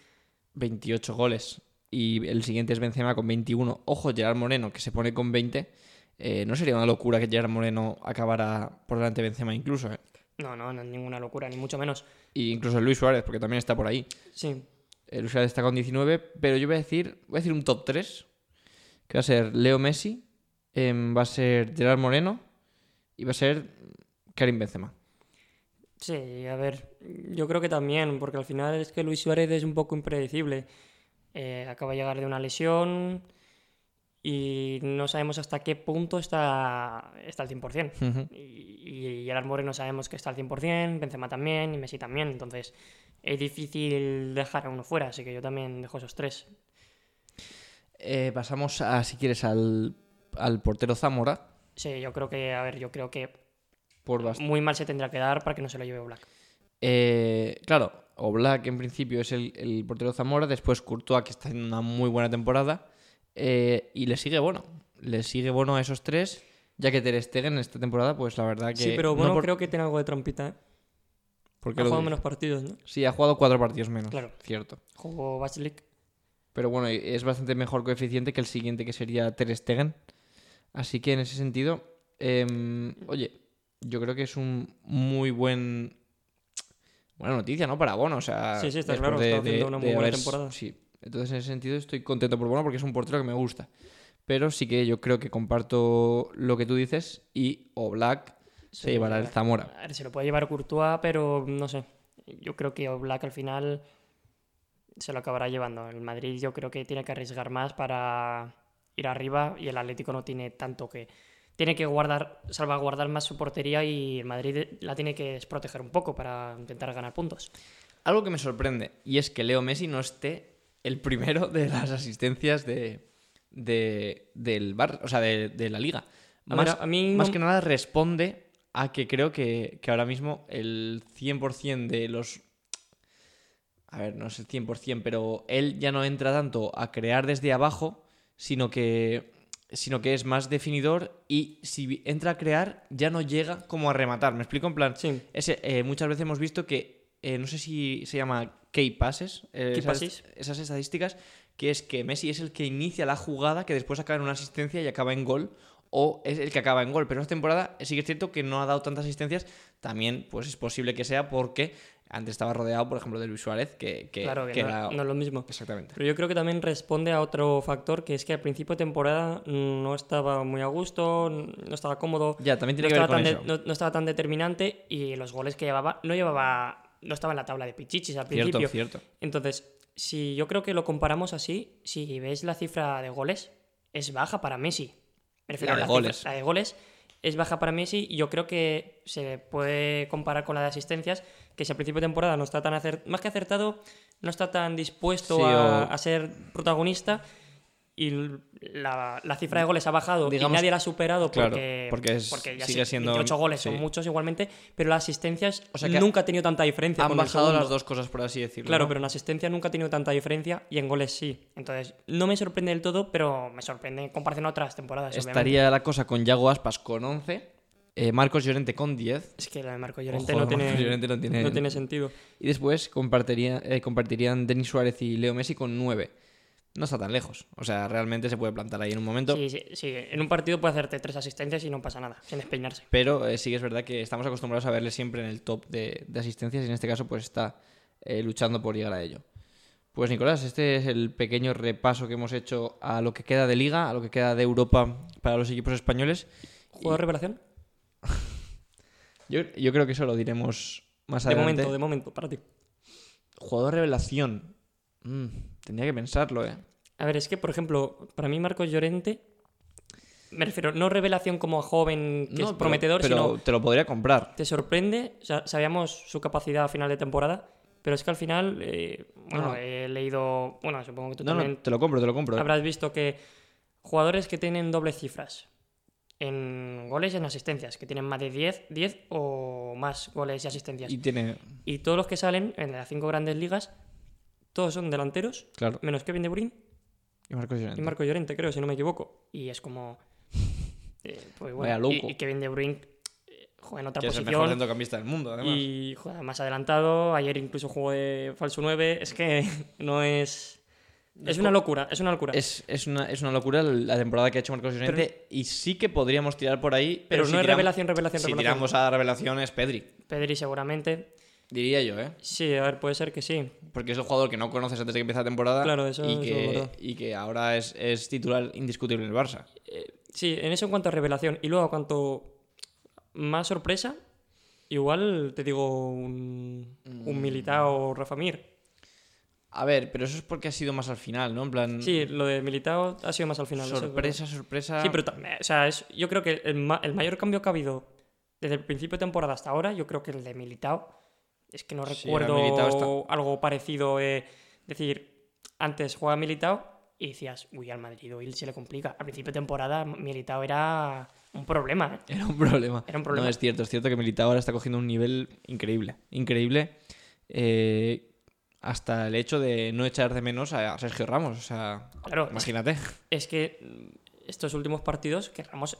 Speaker 2: 28 goles y el siguiente es Benzema con 21. Ojo, Gerard Moreno que se pone con 20. Eh, no sería una locura que Gerard Moreno acabara por delante de Benzema incluso, ¿eh?
Speaker 1: No, no, no es ninguna locura, ni mucho menos.
Speaker 2: Y incluso Luis Suárez, porque también está por ahí.
Speaker 1: Sí,
Speaker 2: Eh, Luis Suárez está con 19, pero yo voy a decir, voy a decir un top 3, que va a ser Leo Messi, em, va a ser Gerard Moreno y va a ser Karim Benzema.
Speaker 1: sí, a ver, yo creo que también, porque al final es que Luis Suárez es un poco impredecible. Eh, acaba de llegar de una lesión y no sabemos hasta qué punto está, está al 100%.
Speaker 2: Ujú.
Speaker 1: Y, y Gerard Moreno sabemos que está al 100%, Benzema también y Messi también, entonces es difícil dejar a uno fuera, así que yo también dejo esos tres.
Speaker 2: Eh, pasamos a, si quieres, al, al portero Zamora.
Speaker 1: Sí, yo creo que, a ver, yo creo que
Speaker 2: Por bast-
Speaker 1: muy mal se tendrá que dar para que no se lo lleve Black.
Speaker 2: Eh, claro, Oblak en principio es el, el portero Zamora, después Courtois, que está haciendo una muy buena temporada, eh, y le sigue bueno. Le sigue bueno a esos tres, ya que Ter Stegen esta temporada, pues la verdad que...
Speaker 1: Sí, pero
Speaker 2: no
Speaker 1: bueno,
Speaker 2: por-
Speaker 1: creo que tiene algo de trampita, ¿eh?
Speaker 2: ¿por qué
Speaker 1: Ha
Speaker 2: lo
Speaker 1: jugado
Speaker 2: dices?
Speaker 1: menos partidos, ¿no?
Speaker 2: Sí, ha jugado cuatro partidos menos,
Speaker 1: Claro.
Speaker 2: cierto.
Speaker 1: Jugó Basilic.
Speaker 2: Pero bueno, es bastante mejor coeficiente que el siguiente, que sería Ter Stegen. Así que en ese sentido, em, oye, yo creo que es un muy buen... Buena noticia, ¿no? Para Bono, o sea...
Speaker 1: Sí, sí, está
Speaker 2: después
Speaker 1: claro, está haciendo una muy buena
Speaker 2: haber-
Speaker 1: temporada.
Speaker 2: Sí, entonces en ese sentido estoy contento por Bono porque es un portero que me gusta. Pero sí que yo creo que comparto lo que tú dices y Oblak se llevará el Zamora.
Speaker 1: A ver, se lo puede llevar Courtois, pero no sé. Yo creo que Black al final se lo acabará llevando. El Madrid yo creo que tiene que arriesgar más para ir arriba y el Atlético no tiene tanto que... Tiene que guardar, salvaguardar más su portería y el Madrid la tiene que desproteger un poco para intentar ganar puntos.
Speaker 2: Algo que me sorprende, y es que Leo Messi no esté el primero de las asistencias de, de- del bar, o sea, de, de la liga.
Speaker 1: A
Speaker 2: Más,
Speaker 1: ver, a mí
Speaker 2: más
Speaker 1: no-
Speaker 2: que nada responde a que creo que, que ahora mismo el 100% de los... A ver, no es el 100%, pero él ya no entra tanto a crear desde abajo, sino que, sino que es más definidor y si entra a crear ya no llega como a rematar. ¿Me explico? En plan,
Speaker 1: Sí.
Speaker 2: ese, eh, muchas veces hemos visto que, eh, no sé si se llama key passes, eh,
Speaker 1: Key
Speaker 2: esas,
Speaker 1: passes.
Speaker 2: esas estadísticas, que es que Messi es el que inicia la jugada, que después acaba en una asistencia y acaba en gol, o es el que acaba en gol. Pero esta temporada eh, sí que es cierto que no ha dado tantas asistencias, también pues es posible que sea porque antes estaba rodeado, por ejemplo, de Luis Suárez, que, que,
Speaker 1: claro que,
Speaker 2: que
Speaker 1: no-
Speaker 2: era...
Speaker 1: no es lo mismo.
Speaker 2: Exactamente.
Speaker 1: Pero yo creo que también responde a otro factor, que es que al principio de temporada no estaba muy a gusto, no estaba cómodo,
Speaker 2: Ya, también
Speaker 1: no
Speaker 2: tiene que
Speaker 1: estaba,
Speaker 2: ver con
Speaker 1: tan de-
Speaker 2: eso.
Speaker 1: no- no estaba tan determinante y los goles que llevaba no llevaba no estaba en la tabla de pichichis al
Speaker 2: Cierto,
Speaker 1: principio.
Speaker 2: cierto.
Speaker 1: Entonces, si yo creo que lo comparamos así, si veis la cifra de goles, es baja para Messi. Me refiero a
Speaker 2: La de
Speaker 1: cifra-
Speaker 2: goles.
Speaker 1: la de goles es baja para Messi y yo creo que se puede comparar con la de asistencias, que si al principio de temporada no está tan acer- más que acertado, no está tan dispuesto
Speaker 2: Sí,
Speaker 1: a,
Speaker 2: o-
Speaker 1: a ser protagonista y l- la, la cifra de goles ha bajado
Speaker 2: Digamos-
Speaker 1: y nadie la ha superado
Speaker 2: claro,
Speaker 1: porque,
Speaker 2: porque es- sigue
Speaker 1: sí,
Speaker 2: siendo-
Speaker 1: 28 goles
Speaker 2: sí.
Speaker 1: son muchos igualmente, pero las asistencias
Speaker 2: O sea que
Speaker 1: nunca ha tenido tanta diferencia.
Speaker 2: Han
Speaker 1: con el
Speaker 2: bajado
Speaker 1: segundo.
Speaker 2: las dos cosas, por así decirlo.
Speaker 1: Claro,
Speaker 2: ¿no?
Speaker 1: pero en asistencia nunca ha tenido tanta diferencia y en goles sí. Entonces, no me sorprende del todo, pero me sorprende en comparación a otras temporadas. obviamente.
Speaker 2: Estaría la cosa con Yago Aspas con 11, eh, Marcos Llorente con 10.
Speaker 1: Es que la de Marco Llorente,
Speaker 2: Ojo,
Speaker 1: no, tiene,
Speaker 2: Marcos Llorente no tiene-
Speaker 1: no tiene sentido.
Speaker 2: Y después compartiría- eh, compartirían Denis Suárez y Leo Messi con 9. No está tan lejos. O sea, realmente se puede plantar ahí en un momento.
Speaker 1: Sí, sí, sí, en un partido puede hacerte tres asistencias y no pasa nada, sin despeinarse.
Speaker 2: Pero eh, sí que es verdad que estamos acostumbrados a verle siempre en el top de, de asistencias y en este caso pues está eh, luchando por llegar a ello. Pues Nicolás, este es el pequeño repaso que hemos hecho a lo que queda de liga, a lo que queda de Europa para los equipos españoles.
Speaker 1: ¿Juego de revelación?
Speaker 2: Yo, yo creo que eso lo diremos más
Speaker 1: De
Speaker 2: adelante.
Speaker 1: momento, de momento, para ti.
Speaker 2: Jugador revelación. Mm, tendría que pensarlo, ¿eh?
Speaker 1: A ver, es que, por ejemplo, para mí Marcos Llorente, me refiero, no revelación como a joven que es
Speaker 2: No, pero-
Speaker 1: prometedor,
Speaker 2: pero,
Speaker 1: sino
Speaker 2: te lo podría comprar.
Speaker 1: te sorprende, o sea, sabíamos su capacidad a final de temporada, pero es que al final, eh, bueno,
Speaker 2: no.
Speaker 1: he leído, bueno, supongo que tú
Speaker 2: No,
Speaker 1: también
Speaker 2: no, te lo compro, te lo compro.
Speaker 1: habrás visto que jugadores que tienen dobles cifras en goles y en asistencias, que tienen más de 10, 10 o más goles y asistencias.
Speaker 2: Y
Speaker 1: Y,
Speaker 2: tiene,
Speaker 1: todos los que salen en las cinco grandes ligas, todos son delanteros,
Speaker 2: claro,
Speaker 1: menos Kevin De Bruyne
Speaker 2: y Marcos
Speaker 1: y
Speaker 2: Llorente.
Speaker 1: Marco Llorente, creo, si no me equivoco. Y es como... eh, pues bueno,
Speaker 2: Vaya loco.
Speaker 1: Y, y Kevin De Bruyne eh, juega en otra
Speaker 2: que es el mejor
Speaker 1: posición.
Speaker 2: centrocampista del mundo, además.
Speaker 1: Y juega más adelantado. Ayer incluso jugó de falso 9. Es que no es... Es una locura, es una locura.
Speaker 2: Es, es una, es una locura la temporada que ha hecho Marcos Llorente y sí que podríamos tirar por ahí, pero,
Speaker 1: pero,
Speaker 2: si
Speaker 1: no es
Speaker 2: tiram-
Speaker 1: revelación, revelación,
Speaker 2: Si
Speaker 1: revelación.
Speaker 2: tiramos a revelaciones, Pedri,
Speaker 1: Pedri seguramente.
Speaker 2: diría yo, ¿eh?
Speaker 1: Sí, a ver, puede ser que sí.
Speaker 2: Porque es el jugador que no conoces antes de que empiece la temporada
Speaker 1: Claro, eso-
Speaker 2: y,
Speaker 1: eso es
Speaker 2: que,
Speaker 1: verdad.
Speaker 2: y que ahora es, es titular indiscutible en el Barça.
Speaker 1: Sí, en eso en cuanto a revelación. Y luego, cuanto más sorpresa, igual te digo un,
Speaker 2: Mm.
Speaker 1: un Militao o Rafa Mir.
Speaker 2: A ver, pero eso es porque ha sido más al final, ¿no? En plan,
Speaker 1: Sí, lo de Militao ha sido más al final. eso es
Speaker 2: sorpresa,
Speaker 1: verdad.
Speaker 2: sorpresa.
Speaker 1: Sí, pero tam- eh, o sea, es- yo creo que el, ma- el mayor cambio que ha habido desde el principio de temporada hasta ahora, yo creo que el de Militao. Es que no
Speaker 2: Sí, ahora
Speaker 1: recuerdo
Speaker 2: Militao está-
Speaker 1: algo parecido. eh, decir, antes jugaba Militao y decías, uy, al Madrid hoy se le complica. Al principio de temporada, Militao era un problema, ¿eh?
Speaker 2: Era un problema.
Speaker 1: Era un problema.
Speaker 2: No, es cierto, es cierto que Militao ahora está cogiendo un nivel increíble. Increíble. eh, hasta el hecho de no echar de menos a Sergio Ramos. O sea,
Speaker 1: Claro, es
Speaker 2: imagínate.
Speaker 1: es que mm, estos últimos partidos, que Ramos,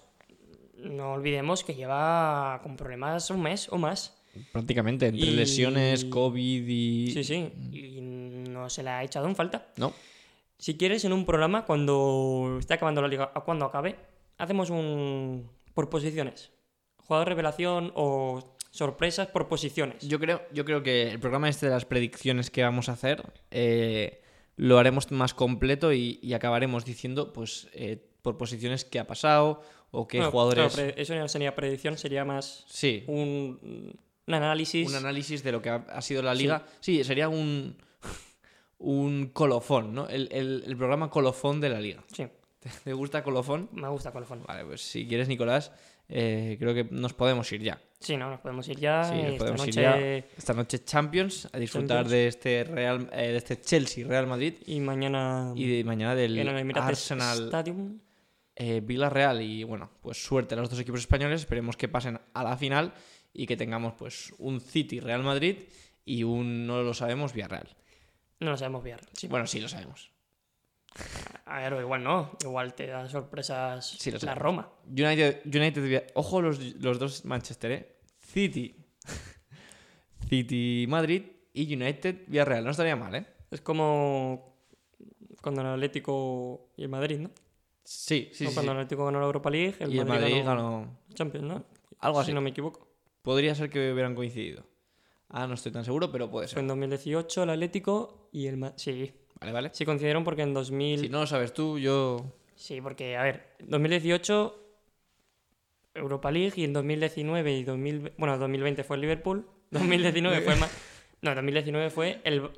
Speaker 1: mm, no olvidemos que lleva con problemas un mes o más.
Speaker 2: Prácticamente, entre
Speaker 1: Y-
Speaker 2: lesiones, COVID y. mm.
Speaker 1: Sí, sí, y no se le ha echado en falta.
Speaker 2: No.
Speaker 1: Si quieres, en un programa, cuando esté acabando la liga, a cuando acabe, hacemos un. por posiciones. Jugador revelación o sorpresas por posiciones.
Speaker 2: Yo creo, yo creo que el programa este de las predicciones que vamos a hacer eh, lo haremos más completo y, y acabaremos diciendo, pues, eh, por posiciones qué ha pasado o qué
Speaker 1: Bueno,
Speaker 2: jugadores.
Speaker 1: claro, pre- eso no sería predicción, sería más
Speaker 2: Sí,
Speaker 1: un, un análisis.
Speaker 2: un análisis de lo que ha, ha sido la liga. Sí, sería un, un colofón, ¿no? El, el- el programa colofón de la liga.
Speaker 1: Sí,
Speaker 2: ¿Te gusta colofón?
Speaker 1: me gusta con el fondo.
Speaker 2: Vale, pues si quieres, Nicolás, eh, creo que nos podemos ir ya.
Speaker 1: Sí, no, nos podemos ir ya.
Speaker 2: Sí,
Speaker 1: y
Speaker 2: nos
Speaker 1: esta
Speaker 2: podemos ir
Speaker 1: noche
Speaker 2: ya. Esta noche Champions, a disfrutar
Speaker 1: Champions.
Speaker 2: de este Real, eh, de este Chelsea Real Madrid
Speaker 1: Y mañana
Speaker 2: y de mañana del
Speaker 1: en el Emirates
Speaker 2: Arsenal
Speaker 1: Stadium.
Speaker 2: eh, Villarreal y bueno, pues suerte a los dos equipos españoles, esperemos que pasen a la final y que tengamos pues un City Real Madrid y un no lo sabemos Villarreal.
Speaker 1: No lo sabemos bien. Sí.
Speaker 2: Bueno, sí lo sabemos.
Speaker 1: A ver, o igual no. Igual te dan sorpresas
Speaker 2: Sí, lo
Speaker 1: la
Speaker 2: sabemos.
Speaker 1: Roma.
Speaker 2: United, United Villa- ojo los, los dos Manchester, ¿eh? City. City Madrid y United Villarreal, no estaría mal, ¿eh?
Speaker 1: Es como cuando el Atlético y el Madrid, ¿no?
Speaker 2: Sí, sí,
Speaker 1: No,
Speaker 2: sí,
Speaker 1: cuando
Speaker 2: sí.
Speaker 1: el Atlético ganó la Europa League, el
Speaker 2: Y el
Speaker 1: Madrid,
Speaker 2: Madrid
Speaker 1: ganó
Speaker 2: ganó
Speaker 1: Champions, ¿no?
Speaker 2: algo
Speaker 1: Si
Speaker 2: así.
Speaker 1: no me equivoco.
Speaker 2: Podría ser que hubieran coincidido. Ah, no estoy tan seguro, pero puede
Speaker 1: Fue
Speaker 2: ser.
Speaker 1: en 2018 el Atlético y el Madrid. Sí,
Speaker 2: Vale, vale.
Speaker 1: sí coincidieron porque en 2000...
Speaker 2: Si no lo sabes tú, yo
Speaker 1: Sí, porque, a ver, 2018 Europa League y en 2019 y 2000, bueno, 2020 fue el Liverpool, 2019 fue el Ma- No, 2019 fue el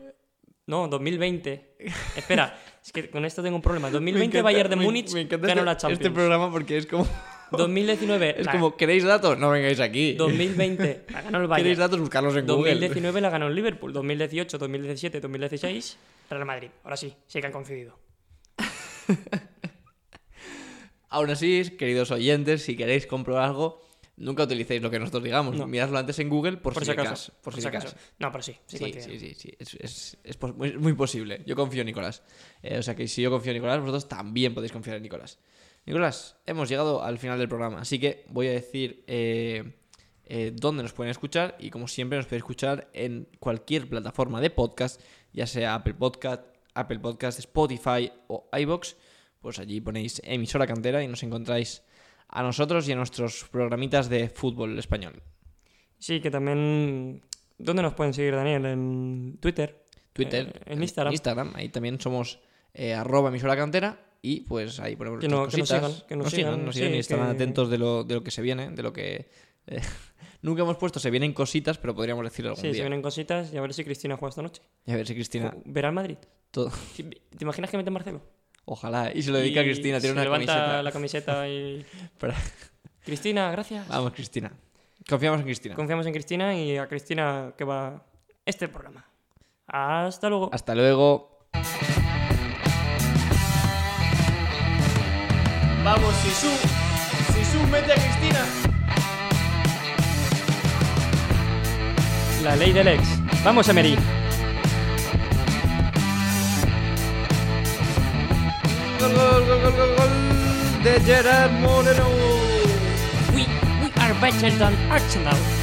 Speaker 1: No, 2020. Espera, es que con esto tengo un problema. 2020
Speaker 2: encanta-
Speaker 1: Bayern de
Speaker 2: me-
Speaker 1: Múnich
Speaker 2: me encanta
Speaker 1: ganó
Speaker 2: este-
Speaker 1: la Champions.
Speaker 2: Este programa porque es como,
Speaker 1: 2019
Speaker 2: es
Speaker 1: la-
Speaker 2: como ¿queréis datos? No vengáis aquí.
Speaker 1: 2020 la ganó el
Speaker 2: ¿Queréis
Speaker 1: Bayern.
Speaker 2: datos? Buscarlos en Google.
Speaker 1: 2019 la ganó el Liverpool, 2018, 2017, 2016 Real Madrid. Ahora sí, sí que han coincidido.
Speaker 2: Aún así, queridos oyentes, si queréis comprobar algo, nunca utilicéis lo que nosotros digamos.
Speaker 1: No.
Speaker 2: Miradlo antes en Google por, si, acaso. Por, si, acaso.
Speaker 1: No, pero sí, sí,
Speaker 2: Sí,
Speaker 1: coinciden.
Speaker 2: sí, sí, sí. Es, es- es pos- muy, muy posible. Yo confío en Nicolás. Eh, o sea que si yo confío en Nicolás, vosotros también podéis confiar en Nicolás. Nicolás, hemos llegado al final del programa, así que voy a decir eh, eh, dónde nos pueden escuchar y como siempre nos pueden escuchar en cualquier plataforma de podcast, ya sea Apple Podcast, Apple Podcast, Spotify o iBox. Pues allí ponéis emisora cantera y nos encontráis a nosotros y a nuestros programitas de fútbol español.
Speaker 1: Sí, que también. ¿Dónde nos pueden seguir, Daniel? En Twitter.
Speaker 2: Twitter,
Speaker 1: Eh, en Instagram.
Speaker 2: Instagram, ahí también somos eh, arroba emisora cantera y pues ahí ponemos
Speaker 1: Que no- que
Speaker 2: nuestras
Speaker 1: nos
Speaker 2: cositas.
Speaker 1: sigan, que nos sigan,
Speaker 2: nos sigan
Speaker 1: sí,
Speaker 2: y estarán
Speaker 1: que-
Speaker 2: atentos de lo, de lo que se viene, de lo que... eh, nunca hemos puesto, se vienen cositas, pero podríamos decirlo algún
Speaker 1: Sí,
Speaker 2: día.
Speaker 1: se vienen cositas y a ver si Cristina juega esta noche.
Speaker 2: Y a ver si Cristina...
Speaker 1: Verá al Madrid.
Speaker 2: todo-
Speaker 1: ¿Te te imaginas que mete Marcelo?
Speaker 2: Ojalá, y se lo dedica a
Speaker 1: Y
Speaker 2: Cristina, tiene
Speaker 1: se
Speaker 2: una
Speaker 1: levanta
Speaker 2: camiseta.
Speaker 1: la camiseta y.
Speaker 2: Para-
Speaker 1: Cristina, gracias.
Speaker 2: Vamos, Cristina. Confiamos en Cristina.
Speaker 1: Confiamos en Cristina y a Cristina que va este programa. Hasta luego.
Speaker 2: Hasta luego. Vamos, Sisu. Sisu, mete a Cristina.
Speaker 1: La ley del ex. Vamos, Emery.
Speaker 2: Gol, gol, gol, gol, gol, gol de Gerard Moreno.
Speaker 1: We, we are better than Arsenal.